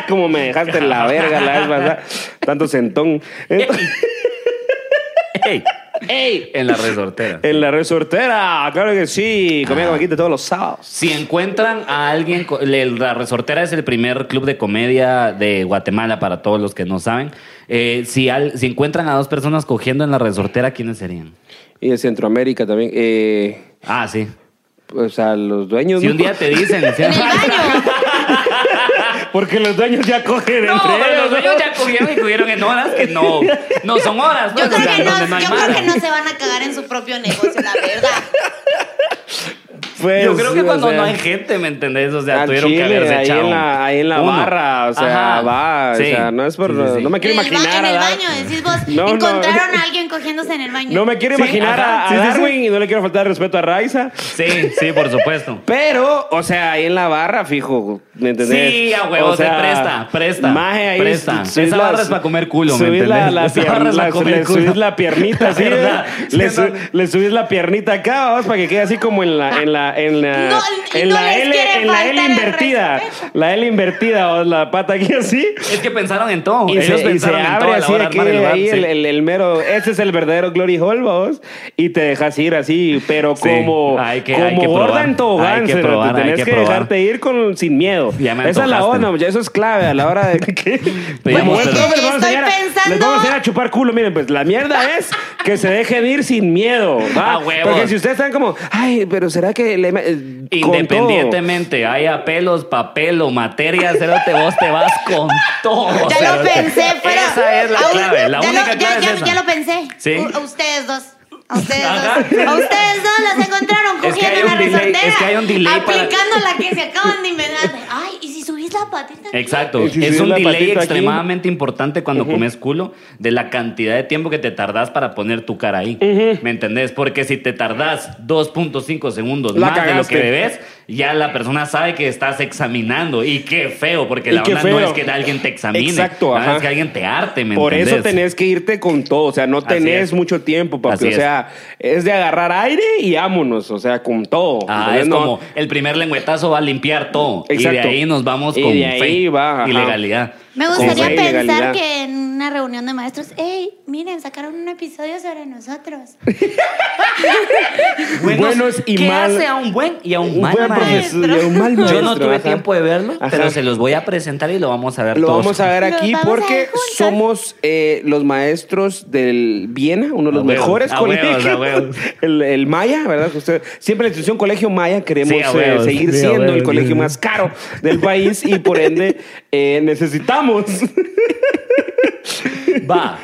S2: Como me dejaste
S1: *laughs*
S2: en la verga la vez pasada. Tanto sentón.
S1: Ey.
S2: ¡Ey!
S1: En la resortera.
S2: En la resortera, claro que sí. Comida
S1: Ah.
S2: Comiquita todos los sábados.
S1: Si encuentran a alguien, co- le- La Resortera es el primer club de comedia de Guatemala para todos los que no saben. Eh, si, al- si encuentran a dos personas cogiendo en La Resortera, ¿quiénes serían?
S2: Y en Centroamérica también. Eh,
S1: Ah, sí.
S2: o sea, los dueños.
S1: Si
S2: ¿no?
S1: un día te dicen, si-
S3: *laughs* En el baño.
S2: *laughs* Porque los dueños ya cogen
S1: No,
S2: entre
S1: pero
S2: ellos.
S1: los dueños ya cogieron y cogieron en horas que no, *laughs* no son horas.
S3: Yo
S1: pues, o
S3: creo
S1: sea,
S3: que
S1: donde
S3: no,
S1: hay
S3: yo creo
S1: mara.
S3: que no se van a cagar en su propio negocio, la
S1: *laughs*
S3: verdad.
S2: Pues,
S1: Yo creo que
S2: o
S1: cuando
S2: sea,
S1: no hay gente, ¿me entendés? O sea,
S2: al
S1: tuvieron
S2: chile,
S1: que haberse
S2: ahí
S1: echado
S2: en la, ahí en la
S1: uno.
S2: barra, o sea,
S1: Ajá.
S2: va,
S1: Sí.
S2: o sea, no es por,
S1: Sí, sí, sí.
S2: no me
S3: En
S2: quiero
S3: el, ba-
S2: imaginar
S3: en
S2: a
S3: el
S2: Dar-
S3: baño, decís vos,
S2: No, no.
S3: encontraron a alguien cogiéndose en el baño.
S2: no me quiero
S1: Sí,
S2: imaginar a,
S1: ajá,
S2: a
S1: sí, sí, sí.
S2: Darwin y no le quiero faltar el respeto a Raiza.
S1: Sí, sí, por supuesto.
S2: Pero, o sea, ahí en la barra, fijo, ¿me entendés?
S1: Sí, a huevo, se presta, presta,
S2: Maje ahí.
S1: presta.
S2: subís
S1: Esa
S2: la-
S1: barra es pa' comer culo, ¿me
S2: subís La,
S1: entendés? *laughs*
S2: la
S1: Esa
S2: pier-
S1: barra es
S2: la-
S1: pa' comer
S2: le
S1: culo.
S2: subís la
S1: *laughs*
S2: piernita,
S1: La
S2: así,
S1: verdad,
S2: le,
S1: sí, no.
S2: su- le subís la piernita acá, vamos, para que quede así como en la, en la, en la,
S3: No, y
S2: en
S3: no
S2: la
S3: les
S2: L,
S3: quiere
S2: en la
S3: faltar
S2: L
S3: el
S2: invertida.
S3: respeto.
S2: La L invertida, vamos, la pata aquí así.
S1: Es que pensaron en todo.
S2: Eh, Y
S1: Ellos
S2: se, y se
S1: pensaron en todo
S2: abre
S1: a la
S2: así
S1: hora de
S2: aquí,
S1: armar el bar,
S2: ahí
S1: sí.
S2: el, el- el mero, ese es el verdadero Glory Hall, vos, y te dejas ir así, pero
S1: Sí,
S2: como,
S1: hay que-
S2: como
S1: hay que
S2: gorda
S1: probar,
S2: en tobogán,
S1: hay que
S2: cerote,
S1: probar, hay
S2: tenés
S1: que
S2: que,
S1: probar.
S2: dejarte ir con, sin miedo.
S1: Ya me
S2: Esa es la
S1: antojaste.
S2: onda, muchachos, eso es clave a la hora
S1: *laughs*
S2: de que...
S1: Bueno,
S2: Como el
S1: pero-
S2: profe, les vamos a
S3: Estoy
S2: enseñar a-
S3: pensando-
S2: Les vamos a enseñar a chupar culo, miren, pues la mierda es que se dejen ir sin miedo, ¿va?
S1: *laughs* A huevos.
S2: Porque si ustedes están como, ay, pero será que... le- eh, con todo".
S1: Independientemente, haya pelos, papel o materia, cerote, vos te vas con todo.
S3: Ya lo
S1: cerote.
S3: pensé, pero.
S1: Esa es la
S3: Aún-
S1: clave. La
S3: ya lo-
S1: única
S3: ya-
S1: clave
S3: ya,
S1: es esa.
S3: ya lo pensé.
S1: Sí.
S3: U- a ustedes dos. A ustedes
S1: Ajá.
S3: dos. A ustedes dos las encontraron
S1: *laughs* Es que
S3: cogiendo
S1: hay
S3: en la
S1: un delay,
S3: resortera.
S1: es que hay un delay para-
S3: Aplicando la que
S1: *laughs*
S3: se acaban de inventar. Ay, ¿y si subís la patita? aquí?
S1: Exacto.
S2: Y Eh, si
S1: es
S2: subes
S1: un
S2: la
S1: delay
S2: patita aquí.
S1: extremadamente importante cuando comes culo de la cantidad de tiempo que te tardás para poner tu cara ahí. ¿Me entendés? Porque si te tardás 2.5 segundos
S2: La
S1: más
S2: cagaste.
S1: de lo que bebes, ya la persona sabe que estás examinando. Y qué feo, porque
S2: Y
S1: la
S2: qué
S1: verdad no
S2: feo.
S1: es que alguien te examine.
S2: Exacto,
S1: la verdad
S2: ajá.
S1: es que alguien te arte, ¿me
S2: Por eso
S1: entendés?
S2: tenés que irte con todo, o sea, no
S1: Así
S2: tenés
S1: es.
S2: mucho tiempo, papi.
S1: Así
S2: o sea, es. de agarrar aire y ámonos, o sea, con todo.
S1: Ah,
S2: Entonces,
S1: es
S2: no-
S1: como el primer lengüetazo va a limpiar todo. Y de
S2: Exacto.
S1: ahí nos vamos
S2: Y
S1: con
S2: de ahí
S1: fe
S2: va, ajá.
S1: y legalidad.
S3: Me
S1: Con
S3: gustaría
S1: fe.
S2: Con
S3: pensar
S2: ilegalidad.
S3: que en una reunión de maestros, hey, miren, sacaron un episodio sobre nosotros.
S2: Buenos y
S1: ¿qué
S2: mal-
S1: hace a un buen y a un,
S2: Un
S1: mal
S2: buen
S1: maestro?
S2: profesor y un mal
S1: *laughs* Yo
S2: maestro,
S1: no tuve
S2: ajá.
S1: tiempo de verlo,
S2: Ajá.
S1: pero se los voy a presentar y lo vamos a ver
S2: Lo
S1: todos.
S2: vamos a ver
S3: Los
S2: aquí
S3: vamos a ver
S2: porque
S3: juntos.
S2: somos eh, los maestros del Viena, uno de los
S1: A huevos,
S2: mejores
S1: a
S2: colegios.
S1: huevos, a huevos.
S2: *laughs* El, el Maya, ¿verdad? Que Usted, siempre la institución Colegio Maya queremos
S1: Sí, a
S2: eh,
S1: huevos,
S2: seguir
S1: sí, a
S2: siendo
S1: huevos,
S2: el colegio
S1: sí, sí.
S2: más caro del país y
S1: *laughs*
S2: por ende eh, necesitamos. *laughs*
S1: Va.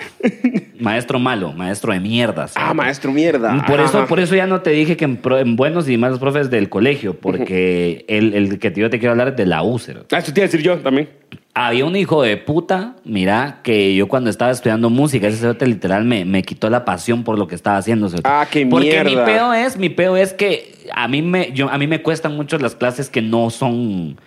S1: Maestro malo, maestro de mierdas.
S2: ah, maestro mierda.
S1: Por
S2: Ajá.
S1: eso, por eso ya no te dije que en, pro- en buenos y malos profes del colegio,
S2: *laughs*
S1: porque el, el que yo te quiero hablar es de la UCER.
S2: Ah, eso te iba a decir yo también.
S1: Había un hijo de puta, mira, que yo cuando estaba estudiando música, ese cerote literal me, me quitó la pasión por lo que estaba haciendo. cerote.
S2: Ah, qué
S1: Porque mi
S2: mierda.
S1: peo es, mi peo es que a mí me, yo, a mí me cuestan mucho las clases que no son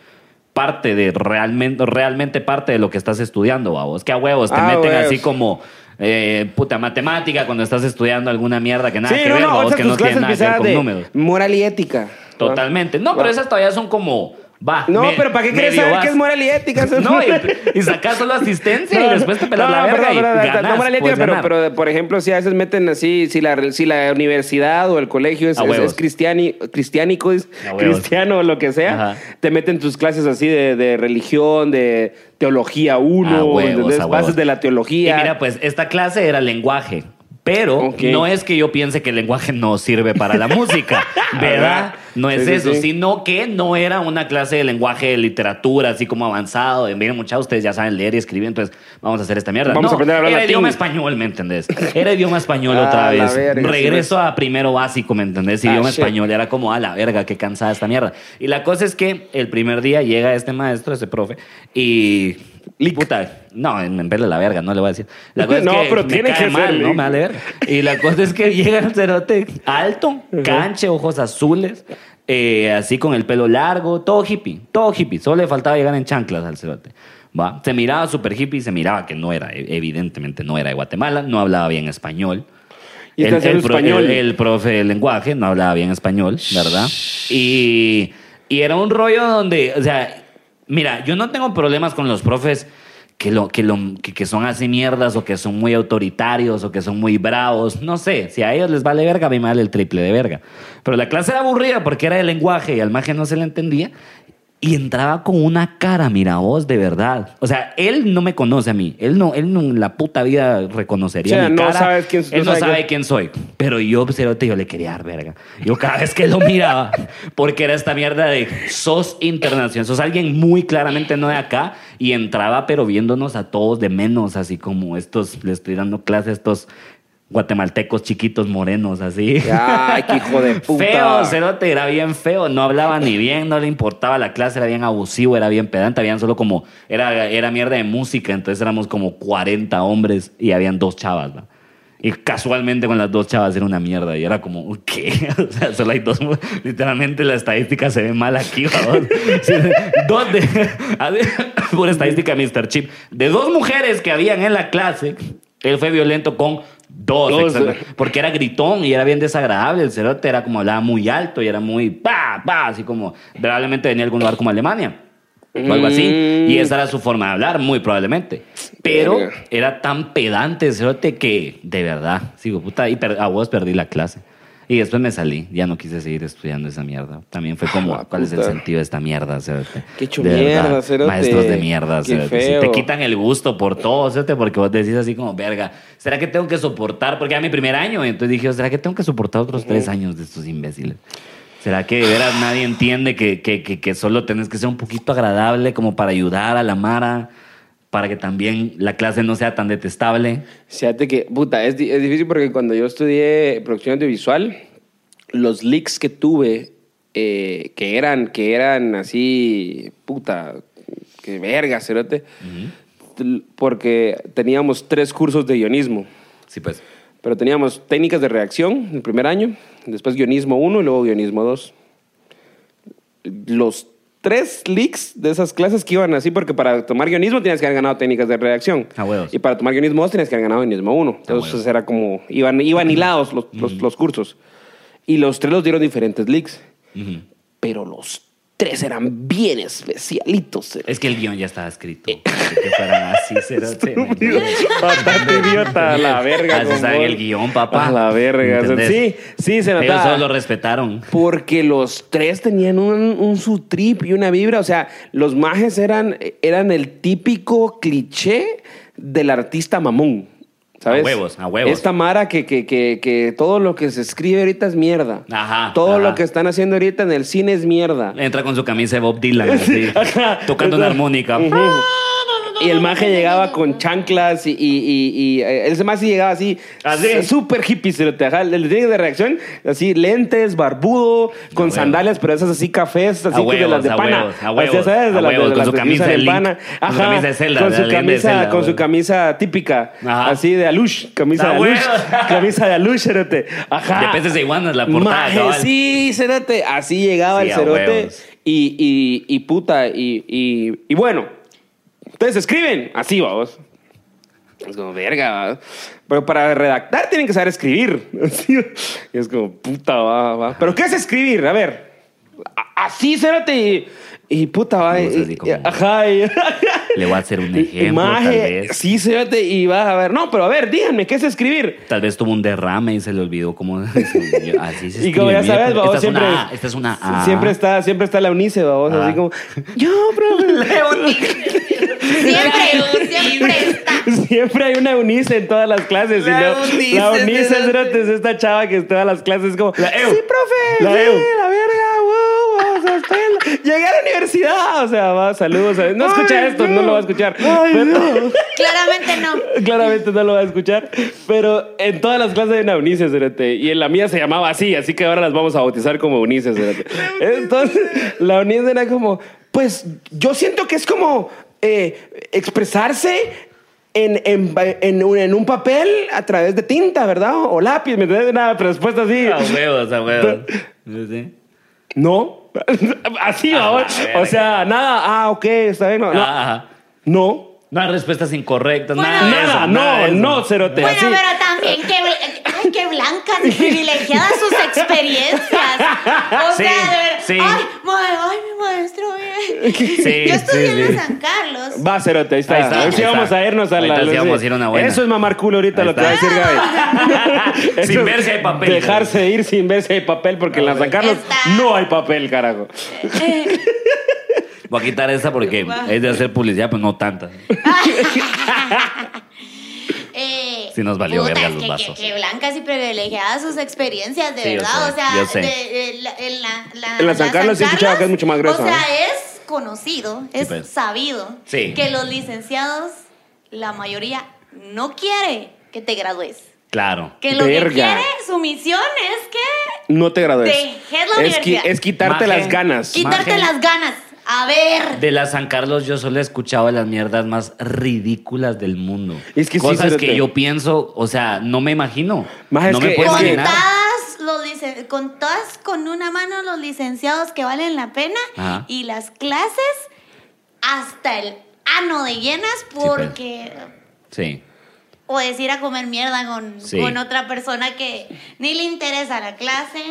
S1: parte de realmente, realmente parte de lo que estás estudiando, babos. Que a huevos te
S2: Ah,
S1: meten
S2: huevos.
S1: así como eh, puta matemática cuando estás estudiando alguna mierda que nada
S2: sí,
S1: que
S2: no,
S1: ver,
S2: no,
S1: babos,
S2: esas
S1: que
S2: tus
S1: no tiene
S2: clases
S1: nada que ver
S2: pisadas
S1: con
S2: de
S1: números.
S2: moral y ética.
S1: Totalmente. No, pero
S2: Va.
S1: esas todavía son como. Va.
S2: No,
S1: me-
S2: pero ¿para qué quieres
S1: medio
S2: saber
S1: vas.
S2: qué es moral y ética?
S1: *laughs*
S2: *laughs*
S1: No, y, y sacas solo asistencia y después te pelas
S2: no,
S1: la verga
S2: perdón,
S1: y
S2: perdón,
S1: ganas,
S2: no moral y ética,
S1: puedes
S2: pero,
S1: ganar.
S2: pero, por ejemplo, si a veces meten así, si la, si la universidad o el colegio es,
S1: A
S2: es,
S1: huevos.
S2: es cristiani- cristiánico, es
S1: A huevos.
S2: cristiano o lo que sea,
S1: Ajá.
S2: te meten tus clases así de, de religión, de teología
S1: A
S2: 1,
S1: Ah, huevos,
S2: entonces
S1: a huevos.
S2: bases de la
S1: Y
S2: teología.
S1: mira, pues esta clase era lenguaje. Pero
S2: Ok.
S1: no es que yo piense que el lenguaje no sirve para la
S2: *laughs*
S1: música, ¿verdad?
S2: ¿Verdad?
S1: No es
S2: Sí, sí,
S1: eso,
S2: sí.
S1: sino que no era una clase de lenguaje de literatura, así como avanzado, de miren muchachos, ustedes ya saben leer y escribir, entonces vamos a hacer esta mierda.
S2: Vamos
S1: No,
S2: a aprender a hablar
S1: Era
S2: latín.
S1: idioma español, ¿me entendés? Era idioma español
S2: *laughs* Ah,
S1: otra
S2: la
S1: vez.
S2: verga, sí,
S1: Regreso a primero básico, ¿me entendés?
S2: Ah,
S1: Idioma
S2: shit.
S1: español. español. Era como, a la verga, qué cansada esta mierda. Y la cosa es que el primer día llega este maestro, ese profe, y... Puta, no, me pela la verga, no le voy a decir. La
S2: *laughs*
S1: cosa es
S2: No,
S1: que
S2: pero
S1: me
S2: tiene
S1: cae
S2: que
S1: mal,
S2: ser,
S1: ¿no?
S2: Lick.
S1: Me vale verga. Y la cosa es que *laughs* llega el cerote alto, canche, ojos azules, eh, así con el pelo largo, todo hippie, todo hippie. Solo le faltaba llegar en chanclas al cerote. ¿va? Se miraba súper hippie y se miraba que no era, e- evidentemente no era de Guatemala, no hablaba bien español.
S2: Y está haciendo
S1: pro-
S2: español.
S1: pues, el- el profe de lenguaje no hablaba bien español, ¿verdad? Y, y era un rollo donde, o sea, mira, yo no tengo problemas con los profes que, lo, que, lo, que, que son así mierdas o que son muy autoritarios o que son muy bravos. No sé, si a ellos les vale verga, a mí me vale el triple de verga. Pero la clase era aburrida porque era de lenguaje y al maje no se le entendía. Y entraba con una cara, mira vos, de verdad. O sea, él no me conoce a mí. Él no, él no en la puta vida reconocería
S2: O sea,
S1: mi
S2: no
S1: cara.
S2: sabes quién-
S1: él
S2: no
S1: no
S2: sabe
S1: sabe quién soy. Pero yo, cerote, yo le quería dar verga. Yo cada vez que lo miraba, porque era esta mierda de sos internacional, sos alguien muy claramente no de acá, y entraba pero viéndonos a todos de menos, así como estos, le estoy dando clase a estos guatemaltecos chiquitos morenos, así.
S2: Ay, qué
S1: *laughs*
S2: hijo de puta.
S1: Feo, Cerote, era bien feo, no hablaba ni bien, no le importaba la clase, era bien abusivo, era bien pedante, habían solo como, era, era mierda de música, entonces éramos como 40 hombres y habían dos chavas, ¿va? Y casualmente con las dos chavas era una mierda y era como, ¿qué? *laughs* O sea, solo hay dos, mu- literalmente la estadística se ve mal aquí, ¿va? *laughs* Sí, Dos de, *laughs* a ver, por estadística Mr. Chip, de dos mujeres que habían en la clase, él fue violento con dos,
S2: Dos,
S1: exacta-
S2: eh.
S1: porque era gritón y era bien desagradable. El cerote era como hablaba muy alto y era muy pa, pa, así como probablemente venía de algún lugar como Alemania o algo así.
S2: Mm.
S1: Y esa era su forma de hablar, muy probablemente. Pero
S2: Verga.
S1: era tan pedante el cerote que, de verdad, sigo puta, y per- a vos perdí la clase. Y después me salí, ya no quise seguir estudiando esa mierda. También fue como,
S2: Ah, la
S1: ¿cuál es el
S2: puta.
S1: sentido de esta mierda, cerote?
S2: Qué hecho
S1: De
S2: mierda,
S1: verdad,
S2: cerote.
S1: Maestros de mierda,
S2: Qué
S1: cerote. Sí,
S2: feo.
S1: te quitan el gusto por todo, cerote, porque vos decís así como, verga, ¿será que tengo que soportar? Porque era mi primer año, y entonces dije, yo, ¿será que tengo que soportar otros tres años de estos imbéciles? ¿Será que de veras nadie entiende que, que, que, que solo tenés que ser un poquito agradable como para ayudar a la Mara, para que también la clase no sea tan detestable?
S2: Fíjate que, puta, es, di- es difícil porque cuando yo estudié producción audiovisual, los leaks que tuve, eh, que eran, que eran así, puta, que verga, cerote, L- porque teníamos tres cursos de guionismo.
S1: Sí, pues.
S2: Pero teníamos técnicas de reacción el primer año, después guionismo 1 y luego guionismo 2. Los tres leaks de esas clases que iban así, porque para tomar guionismo tenías que haber ganado técnicas de reacción.
S1: A huevos.
S2: Y para tomar guionismo 2 tenías que haber ganado guionismo 1. Entonces era como, iban, iban hilados los, los, los cursos. Y los tres los dieron diferentes leaks. Pero los tres eran bien
S1: *laughs*
S2: especialitos. era-
S1: Es que el guión ya estaba escrito.
S2: Eh.
S1: que fueran así,
S2: *laughs*
S1: cerote.
S2: Bastante idiota, a la verga.
S1: Así
S2: con
S1: saben
S2: vos.
S1: el guión, papá.
S2: A la verga.
S1: ¿Entendés?
S2: Sí, sí, se
S1: Ellos
S2: notaba.
S1: solo lo respetaron.
S2: Porque los tres tenían un, un su trip y una vibra. O sea, los majes eran, eran el típico cliché del artista mamón. ¿Sabes?
S1: A huevos, a huevos.
S2: Esta mara que, que, que, que todo lo que se escribe ahorita es mierda.
S1: Ajá,
S2: Todo
S1: ajá.
S2: lo que están haciendo ahorita en el cine es mierda.
S1: Entra con su camisa de Bob
S2: *laughs*
S1: Dylan, así,
S2: Ajá.
S1: tocando una armónica.
S2: Ujú. Y el maje llegaba con chanclas y, y, y, y, eh, el maje sí llegaba así,
S1: Así.
S2: súper hippie, se lo te ajá, el de reacción, así lentes, barbudo, con
S1: huevos.
S2: sandalias, pero esas así cafés, así que de
S1: huevos,
S2: las de
S1: a
S2: pana.
S1: huevos, a
S2: Así,
S1: huevos,
S2: ¿sabes?
S1: a
S2: las-
S1: huevos, con
S2: las
S1: su
S2: de
S1: camisa de Link, con su
S2: Ajá,
S1: camisa de Zelda,
S2: con
S1: de
S2: su
S1: la leyenda de
S2: camisa,
S1: Zelda,
S2: con su
S1: huevos.
S2: camisa típica,
S1: Ajá.
S2: así de alush, camisa
S1: A
S2: de alush,
S1: huevos.
S2: camisa de alush, cerote. ajá.
S1: De peces e iguanas, la portada,
S2: Maje,
S1: cabal.
S2: sí, cerote, así llegaba
S1: Sí,
S2: el
S1: a
S2: cerote
S1: huevos.
S2: y, y, y puta, y, y, y bueno, ustedes escriben así, vamos. Es como, verga, va. Pero para redactar tienen que saber escribir. *laughs* Así, y es como, puta, va, va. ¿Pero qué es escribir? A ver. a- Así, cérate y, y puta, va.
S1: Me gusta
S2: y-
S1: así como-
S2: y- ajá. y-
S1: Le voy a hacer un
S2: *laughs* y-
S1: ejemplo,
S2: maje,
S1: tal vez.
S2: Sí, cérate y vas a ver. No, pero a ver, díganme, ¿qué es escribir?
S1: Tal vez tuvo un derrame y se le olvidó cómo. *laughs* Así se
S2: Y como ya
S1: escribe, mira,
S2: sabes,
S1: esta
S2: babos,
S1: es
S2: siempre.
S1: una A, esta es una A.
S2: Siempre está, siempre está la unice, babos,
S1: Ah.
S2: así como. Yo,
S1: *laughs*
S2: profe.
S3: *laughs* Siempre, siempre está.
S2: siempre hay una unice en todas las clases. y
S1: La
S2: luego-
S1: Unice,
S2: la unice
S1: espérate.
S2: espérate, es esta chava que en todas las clases como.
S1: La EU.
S2: Sí, profe.
S1: La E
S2: sí,
S1: EU.
S2: la verga, wow, wow, o sea, estoy en la- Llegué a la universidad. O sea, va, saludos. ¿sabes? No escucha
S1: Ay,
S2: esto,
S1: no.
S2: no lo va a escuchar.
S1: Ay,
S2: Pero-
S1: no.
S3: Claramente no.
S2: Claramente no lo va a escuchar, pero en todas las clases hay una Unice, espérate, y en la mía se llamaba así, así que ahora las vamos a bautizar como Unice, espérate. Entonces, la Unice era como, pues yo siento que es como eh, expresarse en, en, en un, en un papel a través de tinta, ¿verdad? O lápiz, ¿me entiendes? Una respuesta
S1: *laughs*
S2: así.
S1: A huevos, a huevos. Sí.
S2: No. *laughs* Así,
S1: Ah,
S2: ¿va?
S1: verga.
S2: O sea, nada, ah, ok, está bien. No, no.
S1: Ah,
S2: no.
S1: no hay respuestas incorrectas,
S3: Bueno,
S1: nada. de
S2: Nada,
S1: eso,
S2: no,
S1: nada de eso.
S2: no, cerote.
S3: Bueno,
S2: así.
S3: pero también qué, bl- ay, qué blancas y privilegiadas
S1: *laughs*
S3: sus experiencias. O
S1: Sí,
S3: sea, de verdad.
S1: sí.
S3: Ay, ma- ay, mi maestro. eh,
S1: Sí,
S3: Yo estudié
S1: sí,
S3: en
S1: sí.
S3: la San Carlos.
S2: Va, Cerote, ahí está.
S1: Ahí está,
S2: Ahorita
S1: ahí
S2: vamos
S1: está.
S2: a irnos a la...
S1: Ahorita sí vamos a ir a una buena.
S2: Eso es mamar culo ahorita
S1: Ahí
S2: lo que va a
S1: está.
S2: decir Gaby.
S1: *laughs* Sin
S2: Eso es
S1: ver si hay papel.
S2: Dejarse ir sin ver si hay papel, porque en la San Carlos
S3: Está.
S2: no hay papel, carajo.
S1: Voy a quitar esa porque es de hacer publicidad, pues no tanta.
S3: Eh,
S1: Sí nos valió
S3: puta,
S1: verga
S3: es
S1: los
S3: que-
S1: vasos.
S3: Que, que blancas y privilegiadas sus experiencias, de
S1: Sí, yo
S3: verdad.
S1: sé,
S3: o sea,
S1: yo sé.
S3: de- de la- en la,
S2: En la San Carlos sí he escuchado que es mucho más gruesa,
S3: O sea,
S2: ¿no?
S3: es conocido, es
S1: pues.
S3: sabido
S1: Sí.
S3: que los licenciados, la mayoría, no quiere que te gradúes.
S1: Claro.
S3: Que lo
S2: Verga.
S3: que quiere, su misión es que
S2: No te gradúes.
S3: Dejé la
S2: Es, qui-
S3: universidad.
S2: es quitarte
S1: Maje.
S2: las ganas.
S1: Qui-
S3: quitarte
S1: Maje.
S3: las ganas. A ver.
S1: De la San Carlos yo solo he escuchado las mierdas más ridículas del mundo.
S2: Es que sí,
S1: Cosas
S2: espérate.
S1: que yo pienso, o sea, no me imagino.
S2: Más es
S1: no me
S2: que-
S1: puedo
S2: es que-
S1: imaginar.
S3: Contadas, los licen- contadas con una mano los licenciados que valen la pena
S1: Ajá.
S3: y las clases hasta el ano de llenas
S2: pues.
S3: porque...
S1: Sí.
S3: o decir a comer mierda con,
S1: Sí.
S3: con otra persona que ni le interesa la clase,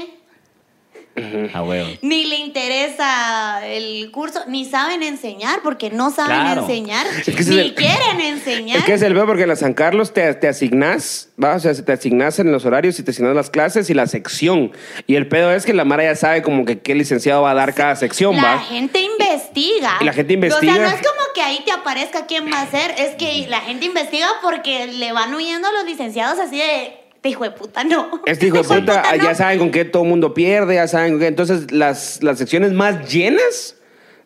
S1: A huevo.
S3: ni le interesa el curso, ni saben enseñar porque no saben
S1: Claro.
S3: enseñar,
S2: que ese es
S3: ni
S2: el-
S3: quieren enseñar.
S2: Es que es el veo porque en la San Carlos te, te asignas, ¿va? o sea, te asignas en los horarios y te asignas las clases y la sección. Y el pedo es que la Mara ya sabe como que qué licenciado va a dar cada sección,
S3: La
S2: ¿va?
S3: gente investiga.
S2: Y la gente
S3: O sea,
S2: investiga.
S3: no es como que ahí te aparezca quién va a ser, es que la gente investiga porque le van huyendo a los licenciados así de, de hijo de puta, no. *laughs*
S2: Este hijo de puta,
S3: Pues no.
S2: ya saben con qué todo mundo pierde, ya saben con qué. Entonces, las, las secciones más llenas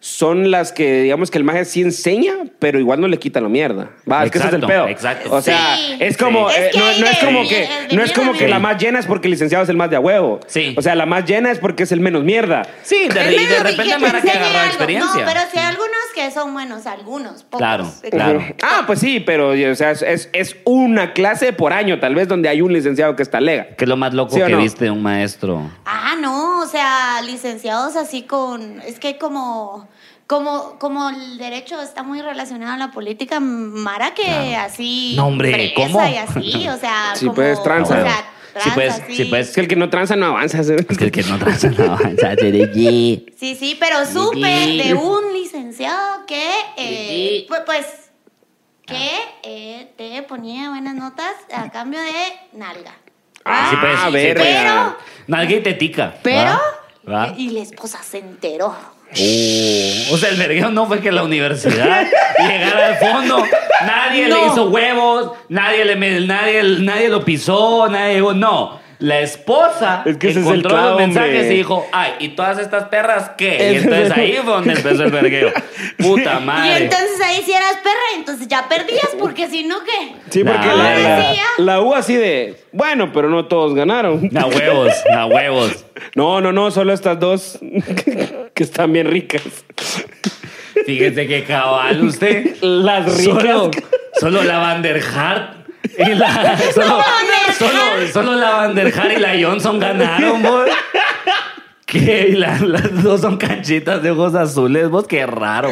S2: son las que, digamos, que el maje sí enseña, pero igual no le quita la mierda. Va, es que ese es el
S1: Exacto,
S2: pedo.
S1: exacto.
S2: O sea,
S3: Sí.
S2: es como,
S3: Sí.
S2: eh,
S3: Es que
S2: no,
S3: ahí
S2: no es
S3: de-
S2: como
S3: de-
S2: que,
S3: de
S2: no es como
S3: mierda,
S2: que la
S1: mierda.
S2: más llena es porque el licenciado es el más de a huevo.
S1: Sí.
S2: O sea, la más llena es porque es el menos mierda.
S1: Sí, de,
S3: Es
S1: y de
S3: menos
S1: repente
S3: que
S1: me van a
S3: te
S1: que
S3: enseñe
S1: agarrar
S3: algo.
S1: experiencia.
S3: No, pero sí hay algunos que son buenos, algunos, pocos.
S1: Claro,
S3: Exacto.
S1: claro.
S2: Ujú. Ah, pues sí, pero o sea, es- es, es una clase por año, tal vez, donde hay un licenciado que está lega.
S1: ¿Qué es lo más loco
S2: ¿Sí o
S1: que
S2: no?
S1: viste de un maestro?
S3: Ah, no, o sea, licenciados así con, es que como, como, como el derecho está muy relacionado a la política, Mara que así,
S1: No, hombre,
S3: fresa
S1: ¿cómo?
S3: Y así, o sea,
S2: *laughs* Sí,
S3: como-
S2: pues, tranza.
S3: o sea,
S1: Sí, pues,
S3: tranza,
S1: sí, pues.
S2: Es que el que no tranza no avanza.
S1: Es que pues, el que no tranza no *laughs* avanza, Seregi.
S3: Sí, sí, pero supe de un licenciado que, eh, pu- pues, que eh, te ponía buenas notas a cambio de nalga.
S2: Ah,
S1: Sí, pues, sí,
S2: verga.
S1: pues.
S3: Pero-
S1: Nalga y tetica.
S3: Pero,
S1: ¿Va? ¿Va?
S3: y la esposa se enteró.
S1: Oh, O sea, el vergueo no fue que la
S2: *laughs*
S1: universidad llegara al fondo. Nadie le
S3: No.
S1: hizo huevos, nadie le me- nadie, nadie lo pisó, nadie dijo, no. La esposa
S2: Es que ese es el
S1: encontró
S2: clavo,
S1: los mensajes
S2: hombre.
S1: y dijo, ay, ¿y todas estas perras qué? Y
S2: Ese es
S1: entonces
S2: el-
S1: ahí fue donde empezó el vergueo.
S2: *laughs*
S1: Puta madre.
S3: Y entonces ahí si eras perra, entonces ya
S2: *laughs*
S3: perdías, porque si no, ¿qué?
S2: Sí, porque
S1: Nah.
S2: la, la,
S3: Sí, ya.
S2: la U así de, bueno, pero no todos ganaron. *laughs*
S1: A huevos, a huevos.
S2: No, no, no, solo estas dos *laughs* que están bien ricas.
S1: Fíjese que cabal usted.
S2: *laughs* Las ricas.
S1: Solo, solo la Van der Hart y
S2: *laughs*
S1: la. Solo,
S3: Van der
S1: solo, solo la Van der Hart y la Johnson ganaron, vos. Que y la- las dos son canchitas de ojos azules, vos, qué raro.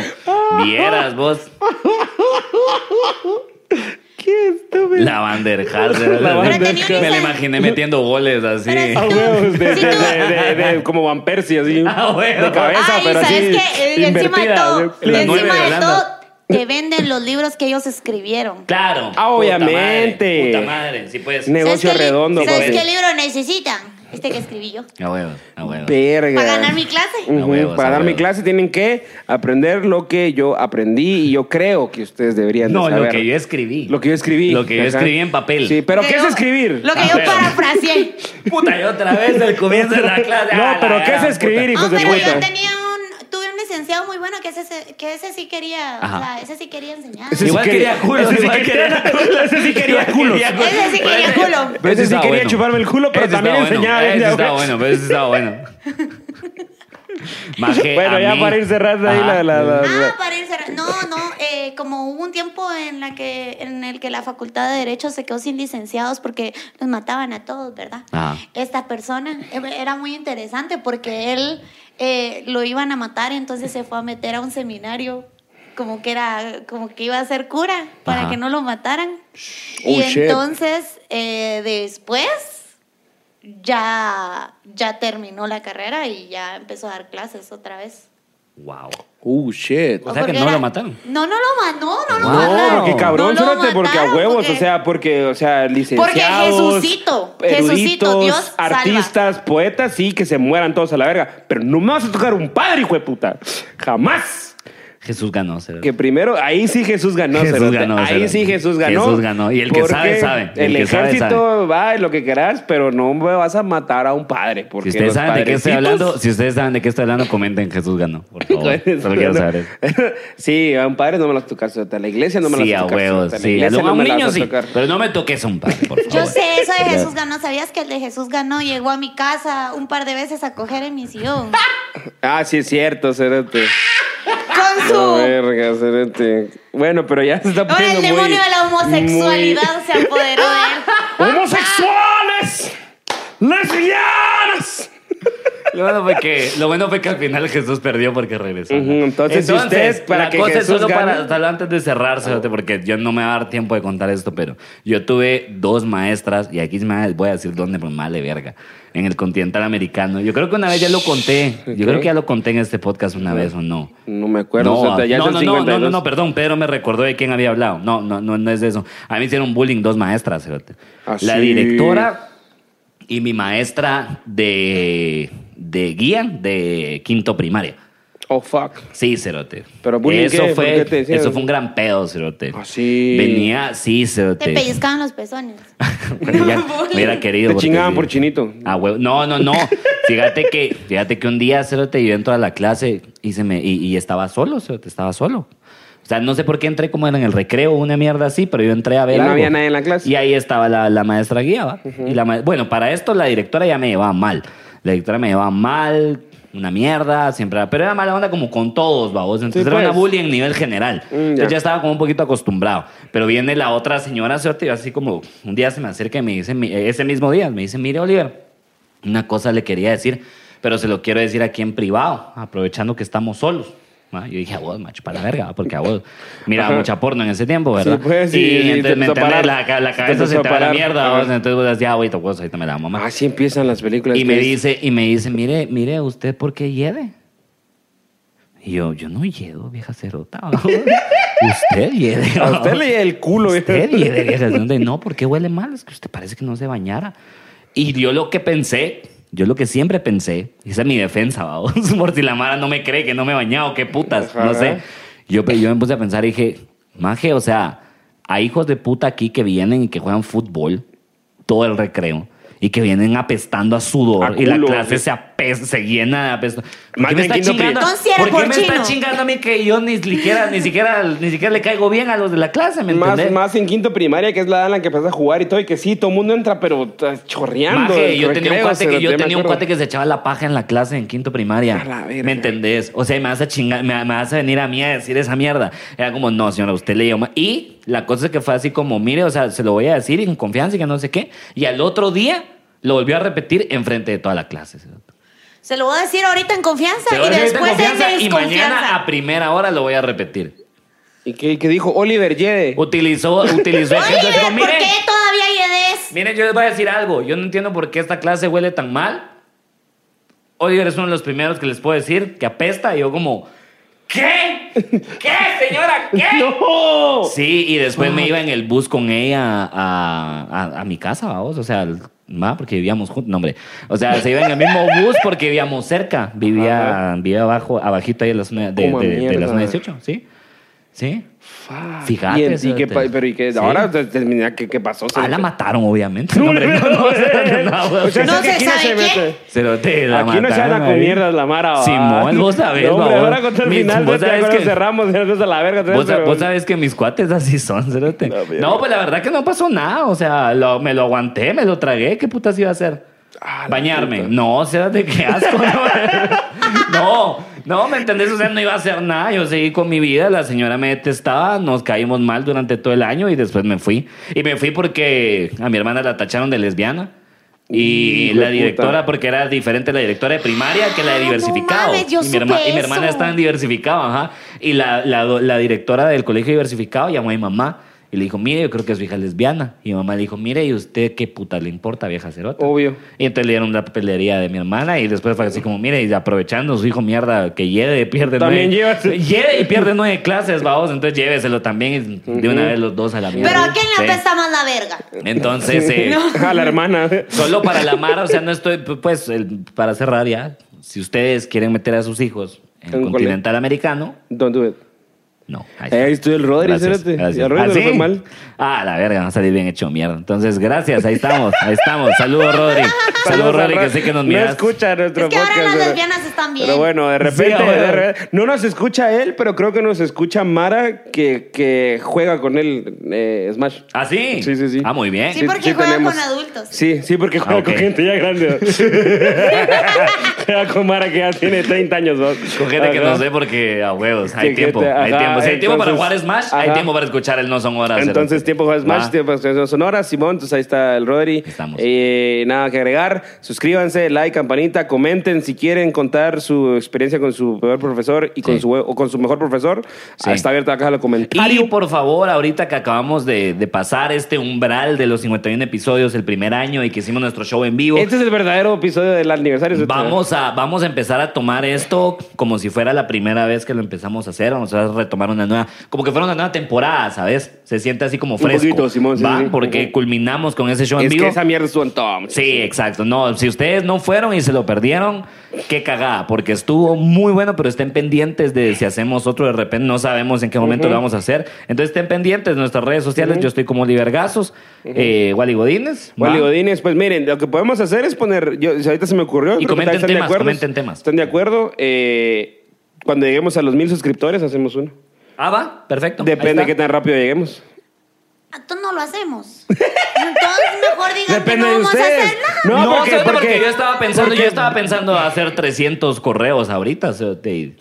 S1: Vieras, vos.
S2: ¿Qué estúpido?
S1: La Van der Hart. de verdad.
S2: La Van
S3: Pero tenía
S1: Me
S3: un-
S1: la imaginé metiendo goles así.
S3: Pero
S2: A huevos, Ah, pues, de,
S3: Sí,
S2: de-
S3: tú-
S2: de- de- de- como Van Persie, así.
S1: A huevos.
S2: De cabeza,
S3: Ay,
S2: pero así.
S3: ¿sabes qué? Eh, Y encima de
S2: invertida,
S3: todo,
S2: de-
S3: y
S1: la
S2: de-
S1: nueve
S3: encima
S1: de
S3: de
S1: Holanda.
S3: todo, te venden los libros que ellos escribieron.
S1: Claro. puta
S2: Ah, Obviamente.
S1: madre, Puta madre, sí, pues.
S2: Ne-
S3: ¿Sabes
S2: *laughs* Negocio
S3: qué li-
S2: redondo,
S3: ¿Sabes
S2: papi.
S3: qué libro necesitan? Este que escribí yo.
S1: A huevos, a huevos.
S2: Verga.
S3: Para ganar mi clase.
S2: Ujú,
S1: A huevos,
S2: para
S1: a
S2: dar mi
S1: huevos.
S2: clase tienen que aprender lo que yo aprendí y yo creo que ustedes deberían de
S1: No, lo
S2: saber.
S1: que yo escribí.
S2: Lo que yo escribí.
S1: Lo que yo
S2: Ajá.
S1: escribí en papel.
S2: Sí, pero
S3: Lo
S2: ¿qué
S3: que
S2: es
S3: yo-
S2: escribir?
S3: Lo que
S1: Ah,
S3: yo
S1: pero-
S2: *laughs*
S3: parafraseé.
S1: Puta, y otra vez el comienzo de la clase.
S2: No,
S1: Ah, la
S2: pero ¿qué es
S1: gran
S2: escribir,
S3: No,
S2: hijos de
S3: pero yo
S2: puta?
S3: tenía un... Tuve un licenciado muy bueno que ese, que ese sí quería...
S1: Ajá.
S3: O sea, ese sí quería enseñar.
S2: Ese sí
S1: Igual
S2: quería-
S1: quería culos.
S2: ese sí
S1: igual
S2: quería- ese sí quería culos.
S3: Ese sí quería culo.
S2: Pero ese sí
S1: estaba
S2: quería chuparme el culo, pero
S1: Ese
S2: también
S1: estaba
S2: enseñaba
S1: Bueno.
S2: bien de
S1: Ese estaba
S2: abajo.
S1: bueno, pero ese estaba
S2: *laughs*
S1: bueno. Maje,
S2: Bueno,
S1: a
S2: ya
S1: mí-
S2: para ir cerrando ahí
S1: Ajá.
S2: la... la- la-
S3: Ah,
S2: la-
S3: para ir cerrando. No, no, eh, como hubo un tiempo en, la que, en el que la Facultad de Derecho se quedó sin licenciados porque los mataban a todos, ¿verdad?
S2: Ah.
S1: Ajá.
S3: Esta persona eh, era muy interesante porque él eh, lo iban a matar, entonces se fue a meter a un seminario como que era como que iba a ser cura para
S1: Ajá.
S3: que no lo mataran.
S2: Oh,
S3: y
S2: shit.
S3: entonces eh, después ya ya terminó la carrera y ya empezó a dar clases otra vez.
S1: Wow. Oh,
S2: Uh, shit.
S1: O sea que
S3: porque
S1: no
S3: era-
S1: lo mataron.
S3: No, no lo ma- no, no lo
S1: Wow.
S3: mataron.
S2: No, qué cabrón,
S3: No lo
S2: espérate, porque a
S3: mataron,
S2: huevos,
S3: porque-
S2: o sea, porque, o sea, licenciados.
S3: Porque Jesucito, Jesucito,
S2: eruditos,
S3: Dios salva.
S2: artistas, poetas, sí, que se mueran todos a la verga. Pero no me vas a tocar un padre, hijo de puta. Jamás.
S1: Jesús ganó. cerote.
S2: Que primero, ahí sí Jesús ganó.
S1: Jesús
S2: cerote.
S1: ganó,
S2: Ahí
S1: cerote.
S2: sí Jesús ganó.
S1: Jesús ganó. Y el que
S2: Porque
S1: sabe, sabe. Y
S2: El,
S1: el que sabe,
S2: ejército va y lo que querás, pero no me vas a matar a un padre.
S1: Si
S2: Porque
S1: ustedes
S2: los
S1: saben de qué estoy
S2: padrecitos- *laughs*
S1: hablando, si ustedes saben de qué estoy hablando, comenten Jesús ganó, por
S2: Hijo
S1: favor.
S2: de
S1: Solo quiero
S2: su-
S1: saber eso.
S2: *laughs* Sí, a un padre no me las tocas, a la iglesia no me
S1: Sí,
S2: las
S1: a
S2: tocas.
S1: huevos.
S2: a la
S1: Sí, a
S2: iglesia
S1: lo- a
S2: no
S1: un
S2: me las
S1: niño
S2: vas a
S1: sí.
S2: tocar.
S1: Pero no me toques a un padre, por favor.
S3: Yo sé eso de
S1: Claro.
S3: Jesús ganó. ¿Sabías que el de Jesús ganó llegó a mi casa un par de veces a coger en mi
S1: *laughs*
S3: sillón?
S2: Ah, sí, es cierto, Cerote.
S3: Con
S2: No,
S3: su.
S2: verga, Cerote. Bueno, pero ya se está
S3: Ahora
S2: poniendo
S3: el demonio
S2: muy-
S3: de la homosexualidad se apoderó de
S1: *laughs*
S3: él.
S2: muy- ¡Homosexuales! ¡Lesbianas!
S1: Lo bueno, fue que, lo bueno fue que al final Jesús perdió porque regresó.
S2: Ujú, entonces, si usted, para
S1: la
S2: que
S1: cosa es
S2: Jesús
S1: solo
S2: gane-
S1: para, tal- antes de cerrar, cerote, porque yo no me va a dar tiempo de contar esto, pero yo tuve dos maestras, y aquí me voy a decir dónde, por male verga, en el continental americano. Yo creo que una vez ya lo conté, yo creo que ya lo conté en este podcast una vez o no.
S2: No me acuerdo,
S1: No,
S2: Cerote, ya
S1: no,
S2: son
S1: no, no, no,
S2: 52.
S1: no, no, perdón, Pedro me recordó de quién había hablado. No, no, no, no es de eso. A mí me hicieron bullying dos maestras. cerote.
S2: Ah,
S1: La
S2: sí.
S1: directora y mi maestra de, de guía de quinto primaria.
S2: Oh, fuck.
S1: Sí, Cerote.
S2: Pero bullying,
S1: eso
S2: ¿qué? ¿Por
S1: fue,
S2: qué te decían?
S1: Eso fue un gran pedo, Cerote.
S2: Ah, sí.
S1: Venía, sí,
S3: Te
S1: Cerote.
S3: pellizcaban los pezones.
S1: *laughs* Bueno, ya hubiera querido.
S2: Te
S1: porque
S2: chingaban
S1: sí.
S2: por chinito.
S1: Ah, huevo. No, no, no. Fíjate que, fíjate que un día, Cerote, yo entro a la clase y, se me, y, y estaba solo, Cerote, estaba solo. O sea, no sé por qué entré como era en el recreo, una mierda así, pero yo entré a ver
S2: Y no
S1: algo.
S2: había nadie en la clase.
S1: Y ahí estaba la, la maestra guía, ¿va? y la ma- Bueno, para esto la directora ya me llevaba mal. La directora me llevaba mal, una mierda, siempre. era- Pero era mala onda como con todos, va. vos. Entonces
S2: Sí,
S1: era una
S2: pues.
S1: bully en nivel general.
S2: Mm, ya.
S1: Entonces ya estaba como un poquito acostumbrado. Pero viene la otra señora, cerote, y así como un día se me acerca y me dice, mi- ese mismo día, me dice, mire, Oliver, una cosa le quería decir, pero se lo quiero decir aquí en privado, aprovechando que estamos solos. ¿va? Yo dije, a vos, macho, para la verga, ¿va? porque a vos miraba
S2: Ajá.
S1: mucha porno en ese tiempo, ¿verdad?
S2: Sí, pues, y-
S1: y,
S2: y te
S1: entonces, ¿me
S2: empezó a
S1: entendés? La,
S2: parar.
S1: ca- la
S2: Te
S1: cabeza se
S2: empezó a
S1: te va a la
S2: paras.
S1: mierda,
S2: Ajá.
S1: ¿va?
S2: Ah,
S1: entonces vos decías, ya, ahorita, vos, ahorita me la mamá.
S2: Así empiezan las películas.
S1: Y
S2: que
S1: me
S2: es-
S1: dice, y me dice, mire, mire, ¿usted por qué hiede? Y yo, yo no hiedo, vieja cerota. *laughs* ¿va? usted hiede.
S2: A
S1: ¿va?
S2: usted le llega el culo.
S1: *laughs*
S2: ¿eh?
S1: Usted hiede, vieja cerota. Y No, ¿por qué huele mal? Es que usted parece que no se bañara. Y yo lo que pensé, yo lo que siempre pensé, y esa es mi defensa, vamos, *laughs* por si la mara no me cree que no me he bañado, qué putas,
S2: Ajá.
S1: no sé. Yo, pe- yo me puse a pensar y dije, maje, o sea, hay hijos de puta aquí que vienen y que juegan fútbol todo el recreo y que vienen apestando a sudor
S2: A
S1: y la
S2: culo,
S1: clase
S2: sí.
S1: se, apes- se llena de apesto. ¿Por
S2: Más
S1: qué me
S2: en
S1: está
S2: quinto
S1: chingando?
S3: primaria. Considera
S1: ¿Por qué me
S3: porchino.
S1: está chingando a mí que yo ni siquiera, ni siquiera, ni siquiera le caigo bien a los de la clase, me
S2: Más,
S1: entendés?
S2: más en quinto primaria, que es la edad en la que empiezas a jugar y todo, y que sí, todo el mundo entra, pero está chorreando.
S1: Maje,
S2: del
S1: yo tenía un
S2: recreo,
S1: cuate que
S2: cerote,
S1: yo
S2: me
S1: tenía un
S2: acuerdo.
S1: cuate que se echaba la paja en la clase en quinto primaria.
S2: A la verga.
S1: ¿Me entendés? O sea, me vas a chingar, me, me vas a venir a mí a decir esa mierda. Era como, no, señora, usted le llama. Y la cosa es que fue así como, mire, o sea, se lo voy a decir en confianza y que no sé qué. Y al otro día lo volvió a repetir enfrente de toda la clase.
S3: Se lo voy a decir ahorita en confianza
S1: Se lo
S3: y
S1: voy a decir en
S3: después en
S1: confianza y mañana
S3: desconfianza.
S1: a primera hora lo voy a repetir.
S2: ¿Y qué, qué dijo? Oliver Yede.
S1: Utilizó,
S3: *laughs*
S1: utilizó ejemplos, dijo,
S3: Oliver, ¿por
S1: "Mire,
S3: qué todavía E yedes?
S1: Miren, yo les voy a decir algo. Yo no entiendo por qué esta clase huele tan mal. Oliver es uno de los primeros que les puedo decir que apesta. Y yo como, ¿qué? ¿Qué, señora? ¿Qué?
S2: ¡No!
S1: Sí, y después me iba en el bus con ella a, a- a mi casa, vamos. O sea, al- ma, porque vivíamos juntos. No, hombre. O sea, se iba en el mismo bus porque vivíamos cerca. Vivía, vivía abajo, abajito ahí de la zona de,
S2: Como
S1: de- de la
S2: mierda.
S1: zona 18, ¿sí? ¿Sí?
S2: Fuck.
S1: Fíjate,
S2: ¿Y, en- y qué,
S1: cerote.
S2: pa- pero ¿y qué?
S1: Sí.
S2: Ahora te- te- mira, ¿qué, qué pasó?
S1: Ah, la
S2: cerote?
S1: mataron, obviamente.
S2: No,
S1: No, hombre,
S2: no,
S1: no, no, no,
S2: O sea,
S3: No
S2: Pues, es que
S3: se
S2: aquí
S3: sabe
S2: se
S3: quién.
S2: mete.
S1: Cerote, la
S2: Aquí no se
S1: mataron
S2: anda con
S1: ahí.
S2: mierdas la mara. va.
S1: Simón, vos sabés,
S2: No, hombre,
S1: va,
S2: ahora contra el
S1: mis-
S2: final,
S1: vos
S2: vos
S1: sabés
S2: que...
S1: que-
S2: cerramos, ya nos a la verga.
S1: Vos,
S2: pero-
S1: vos sabés que mis cuates así son, cerote.
S2: La mierda.
S1: No, pues la verdad que no pasó nada. O sea, lo- me lo aguanté, me lo tragué. ¿Qué putas iba a hacer?
S2: Ah, la
S1: Bañarme.
S2: puta.
S1: No, cerote, qué asco. No, *laughs* no, ¿me entendés? O sea, no iba a hacer nada. Yo seguí con mi vida. La señora me detestaba. Nos caímos mal durante todo el año y después me fui. Y me fui porque a mi hermana la tacharon de lesbiana. Y
S2: Hijo de
S1: la directora,
S2: puta.
S1: porque era diferente la directora de primaria que la
S3: Ah,
S1: de
S3: no
S1: diversificado.
S3: mames, yo
S1: y, mi herma-
S3: supe
S1: y mi hermana
S3: eso.
S1: estaba en diversificado, ajá. Y la, la, la directora del colegio diversificado llamó a mi mamá Y le dijo, mire, yo creo que su hija es lesbiana. Y mi mamá le dijo, mire, ¿y usted qué puta le importa, vieja cerota?
S2: Obvio.
S1: Y entonces le dieron la papelería de mi hermana y después fue así como, mire, y aprovechando su hijo mierda que lleve, pierde
S2: También
S1: nueve.
S2: llévase.
S1: Lleve y pierde nueve clases, vamos. Entonces lléveselo también y de una vez los dos a la mierda.
S3: Pero ¿a quién
S1: Sí.
S3: le apesta más la verga?
S1: Entonces, eh,
S2: A la hermana.
S1: Solo para la Mara, o sea, no estoy, pues, el- para cerrar ya, si ustedes quieren meter a sus hijos en
S2: En
S1: el
S2: cole-
S1: continental americano,
S2: Don't do it.
S1: no.
S2: Ahí estuvo el Rodri,
S1: Gracias,
S2: espérate.
S1: gracias.
S2: Y al Rodri
S1: ¿Ah,
S2: le
S1: sí?
S2: fue mal.
S1: Ah, la verga, va a salir bien hecho mierda. Entonces, gracias, ahí estamos, ahí estamos. Saludos, Rodri. Saludos,
S2: a
S1: Rodri, que
S2: Rodri.
S1: sé que nos
S2: No
S1: miras.
S2: escucha nuestro
S3: Es que ahora
S2: podcast,
S3: las
S2: pero-
S3: lesbianas están bien.
S2: Pero bueno, de repente,
S1: Sí, ahora.
S2: de repente- no nos escucha él, pero creo que nos escucha Mara que, que juega con él eh, Smash.
S1: ¿Ah, sí?
S2: Sí, sí, sí.
S1: Ah, muy bien.
S3: Sí, porque juega con adultos.
S2: Sí, sí, porque juega
S1: Ah, ok.
S2: con gente
S1: *laughs*
S2: ya grande. *laughs* juega con Mara que ya tiene 30 años. ¿no?
S1: Con gente que
S2: Ajá.
S1: no sé porque a huevos, hay
S2: Sí,
S1: tiempo,
S2: gente,
S1: hay
S2: ajá,
S1: tiempo. Si hay tiempo para
S2: entonces-
S1: jugar Smash, hay
S2: ajá.
S1: tiempo para escuchar el No Son Horas.
S2: Entonces, tiempo para Smash,
S1: Va.
S2: tiempo para Expresión Sonora, Simón, entonces ahí está el Rodri.
S1: Estamos.
S2: Eh, nada que agregar, suscríbanse, like, campanita, comenten si quieren contar su experiencia con su peor profesor y con
S1: Sí.
S2: su, o con su mejor profesor.
S1: Sí.
S2: Está abierta la caja de los comentarios.
S1: Y por favor, ahorita que acabamos de, de pasar este umbral de los 51 episodios el primer año y que hicimos nuestro show en vivo,
S2: Este es el verdadero episodio del aniversario. ¿sí?
S1: vamos a, vamos a empezar a tomar esto como si fuera la primera vez que lo empezamos a hacer. Vamos a retomar una nueva, como que fuera una nueva temporada, ¿sabes? Se siente así como fresco.
S2: poquito, Simón, sí,
S1: ¿va?
S2: sí, sí.
S1: Porque
S2: Ujú.
S1: culminamos con ese show en
S2: Es
S1: vivo.
S2: que esa mierda estuvo en todo. muchachos.
S1: Sí, exacto. No, si ustedes no fueron y se lo perdieron, qué cagada, porque estuvo muy bueno, pero estén pendientes de si hacemos otro de repente, no sabemos en qué momento lo vamos a hacer. Entonces estén pendientes de nuestras redes sociales. Yo estoy como Libergazos, eh, Wally Godínez.
S2: Wally
S1: ¿va?
S2: Godínez, pues miren, lo que podemos hacer es poner, yo, si ahorita se me ocurrió, creo que
S1: comenten
S2: tal- están de
S1: temas,
S2: acuerdo.
S1: comenten temas.
S2: ¿Están de acuerdo? Eh, cuando lleguemos a los mil suscriptores hacemos uno.
S1: Ah, va, perfecto.
S2: Depende
S1: Ahí
S2: de qué
S1: está.
S2: tan rápido lleguemos.
S3: Entonces no lo hacemos. Entonces
S1: *laughs*
S3: mejor digan
S2: Depende
S3: que
S2: de
S3: no vamos a
S2: ustedes.
S3: hacer nada.
S1: No, porque,
S2: porque-
S1: porque yo estaba pensando,
S2: porque-
S1: yo estaba pensando hacer 300 correos ahorita. o sea, te-
S2: *laughs*
S1: y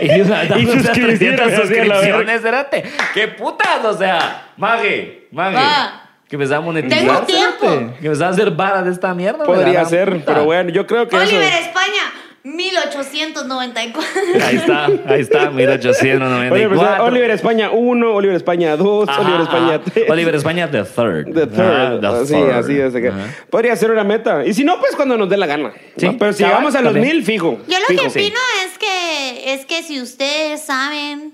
S1: y o sea, damos esas
S2: suscribirme,
S1: 300
S2: así a la verga.
S1: suscripciones, espérate. ¡Qué putas! O sea, mague, mague.
S3: Va.
S1: Que empezaba a monetizar.
S3: Tengo tiempo.
S1: espérate. Que empezaba a hacer varas de esta mierda. me da
S2: Podría
S1: la
S2: ser,
S1: puta.
S2: pero bueno, yo creo que eso-
S3: Oliver España, 1894.
S1: Ahí está, ahí está,
S2: Oliver, pues,
S1: 1894.
S2: Oliver España 1, Oliver España 2,
S1: Ajá,
S2: Oliver España
S1: ajá.
S2: 3. *laughs*
S1: Oliver España, the third.
S2: The
S1: Ah,
S2: third.
S1: the
S2: así,
S1: third.
S2: así es. acá.
S1: Ajá.
S2: Podría ser una meta. Y si no, pues cuando nos dé la gana.
S1: Sí,
S2: Ah, Pero si
S1: cabal,
S2: llegamos a los
S1: también.
S2: mil, fijo.
S3: Yo lo que
S2: fijo.
S3: opino es que es que si ustedes saben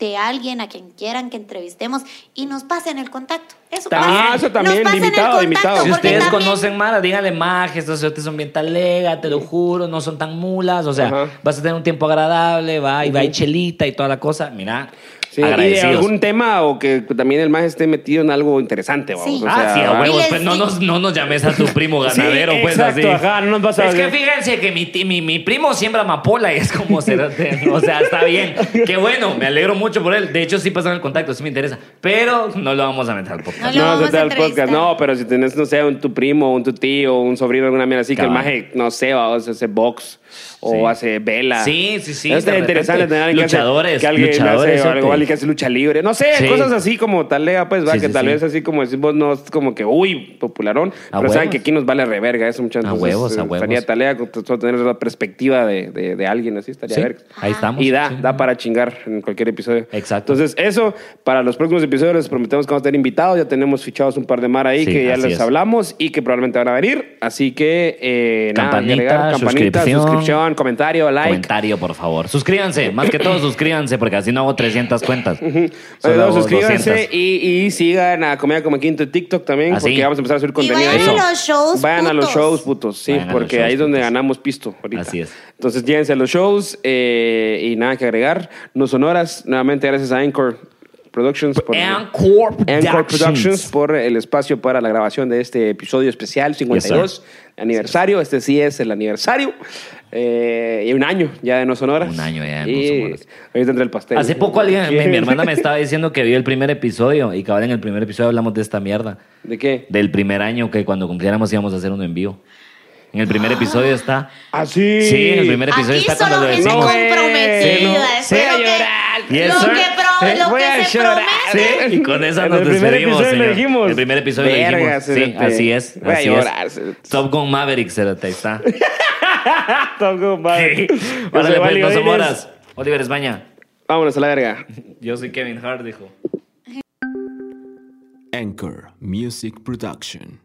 S3: de alguien a quien quieran que entrevistemos y nos pasen el contacto. Eso
S1: También.
S3: pasa.
S2: Ah, eso también,
S3: Nos pasen
S2: de invitado, de
S3: el contacto.
S2: invitado.
S1: Si
S3: porque
S1: ustedes
S3: también-
S1: conocen Mara, díganle Maje, estos cerotes son bien talega, te lo juro, no son tan mulas. O sea,
S2: Ajá.
S1: vas a tener un tiempo agradable, va y va y
S2: Ujú.
S1: chelita y toda la cosa. Mira,
S2: Sí, y
S1: agradecidos.
S2: algún tema o que también el más esté metido en algo interesante. vamos,
S3: Sí.
S2: o
S1: Ah,
S2: sea,
S1: sí, a huevos,
S3: Miles
S1: pues no
S3: de-
S1: nos, no nos llames a tu primo ganadero,
S2: *laughs* Sí,
S1: pues
S2: exacto,
S1: así.
S2: ajá, no nos vas a-
S1: Es que fíjense que mi, ti- mi, mi primo siembra amapola y es como cerote, O sea, está bien. Qué bueno, me alegro mucho por él. De hecho, sí pasan el contacto, sí me interesa. Pero no lo vamos a meter al podcast.
S3: No lo
S2: No,
S3: Pues vamos
S2: se te
S3: a
S2: da el podcast.
S3: entrevistar.
S2: No, pero si tenés, no sé, un tu primo, un tu tío, un sobrino, alguna mierda así,
S1: Cabal.
S2: que el maje, no sé, va, o sea, hace box o
S1: Sí.
S2: hace vela.
S1: Sí, sí, sí,
S2: Es
S1: de
S2: interesante
S1: repente.
S2: tener a alguien que hace-
S1: Luchadores,
S2: que alguien
S1: luchadores,
S2: hace, o algo,
S1: ok.
S2: alguien que hace lucha libre. No sé,
S1: Sí.
S2: cosas así como talega, pues, va,
S1: Sí,
S2: que
S1: sí,
S2: tal
S1: sí.
S2: vez así como decimos, no es como que, uy, popularón. pero
S1: huevos.
S2: saben que aquí nos vale reverga eso, muchas
S1: A
S2: veces.
S1: huevos, a huevos.
S2: Estaría talega con- solo tener la perspectiva de, de, de alguien así, estaría
S1: Sí,
S2: verga.
S1: ahí estamos.
S2: Y da,
S1: Sí.
S2: da para chingar en cualquier episodio.
S1: Exacto.
S2: Entonces, eso, para los próximos episodios les prometemos que vamos a tener invitados, ya tenemos fichados un par de mar ahí
S1: Sí,
S2: que ya
S1: así
S2: les
S1: es.
S2: hablamos y que probablemente van a venir. Así que, eh, nada, que
S1: Campanita,
S2: agregar, campanita,
S1: suscripción.
S2: suscripción, comentario, like.
S1: Comentario, por favor. Suscríbanse, más que todo suscríbanse, porque así no hago 300 cuentas.
S2: Sobre todo,
S1: Solo
S2: suscríbanse
S1: 200.
S2: y, y sigan a Comida Como Quinto en TikTok también,
S1: Ah, sí.
S2: porque vamos a empezar a subir contenido
S3: vayan
S2: ahí.
S1: a
S2: Eso.
S3: los shows,
S2: Vayan a los
S3: putos.
S2: shows, putos, sí,
S1: Vayan a los
S2: porque
S1: shows,
S2: ahí es donde
S1: putos.
S2: ganamos pisto ahorita.
S1: Así es.
S2: Entonces, llévense a los shows eh, y nada que agregar. No sonoras, nuevamente gracias a Anchor Productions por,
S1: Anchor
S2: Anchor Productions
S1: Productions.
S2: por el espacio para la grabación de este episodio especial 52 aniversario. Este sí es el aniversario. Eh, y un año ya de No Sonoras.
S1: Un año ya de No
S2: y
S1: Sonoras.
S2: Ahorita entra el pastel.
S1: Hace poco alguien, mi, mi hermana me estaba diciendo que vio el primer episodio y cabal en el primer episodio hablamos de esta mierda.
S2: ¿De qué?
S1: Del primer año que cuando cumpliéramos íbamos a hacer uno en vivo. En el primer episodio está.
S2: Ah, sí.
S1: Sí, en el primer episodio
S3: Aquí
S1: está cuando
S3: solo gente
S1: lo decimos.
S2: eh,
S3: comprometida.
S2: no.
S3: es
S2: Sí, a
S3: lo que-
S2: llorar.
S1: Yes,
S3: lo
S1: sir.
S3: que pro-
S1: Sí,
S3: lo
S2: voy
S3: que
S2: a
S3: se
S2: llorar.
S3: promete.
S1: Sí, y con esa
S2: En
S1: nos
S2: el primer
S1: despedimos.
S2: episodio lo
S1: señor.
S2: dijimos.
S1: El primer episodio lo
S2: Verga,
S1: dijimos. Sí,
S2: cerote.
S1: así es.
S2: Voy a
S1: así
S2: llorar,
S1: es.
S2: cerote.
S1: Top Gun Maverick, cerote, ahí está.
S2: Está como padre. Yo soy
S1: Órale, pues,
S2: Vali
S1: no son
S2: Godínez.
S1: horas. Oliver España.
S2: Vámonos a la verga.
S1: Yo soy Kevin Hart, dijo.
S4: Anchor Music Production.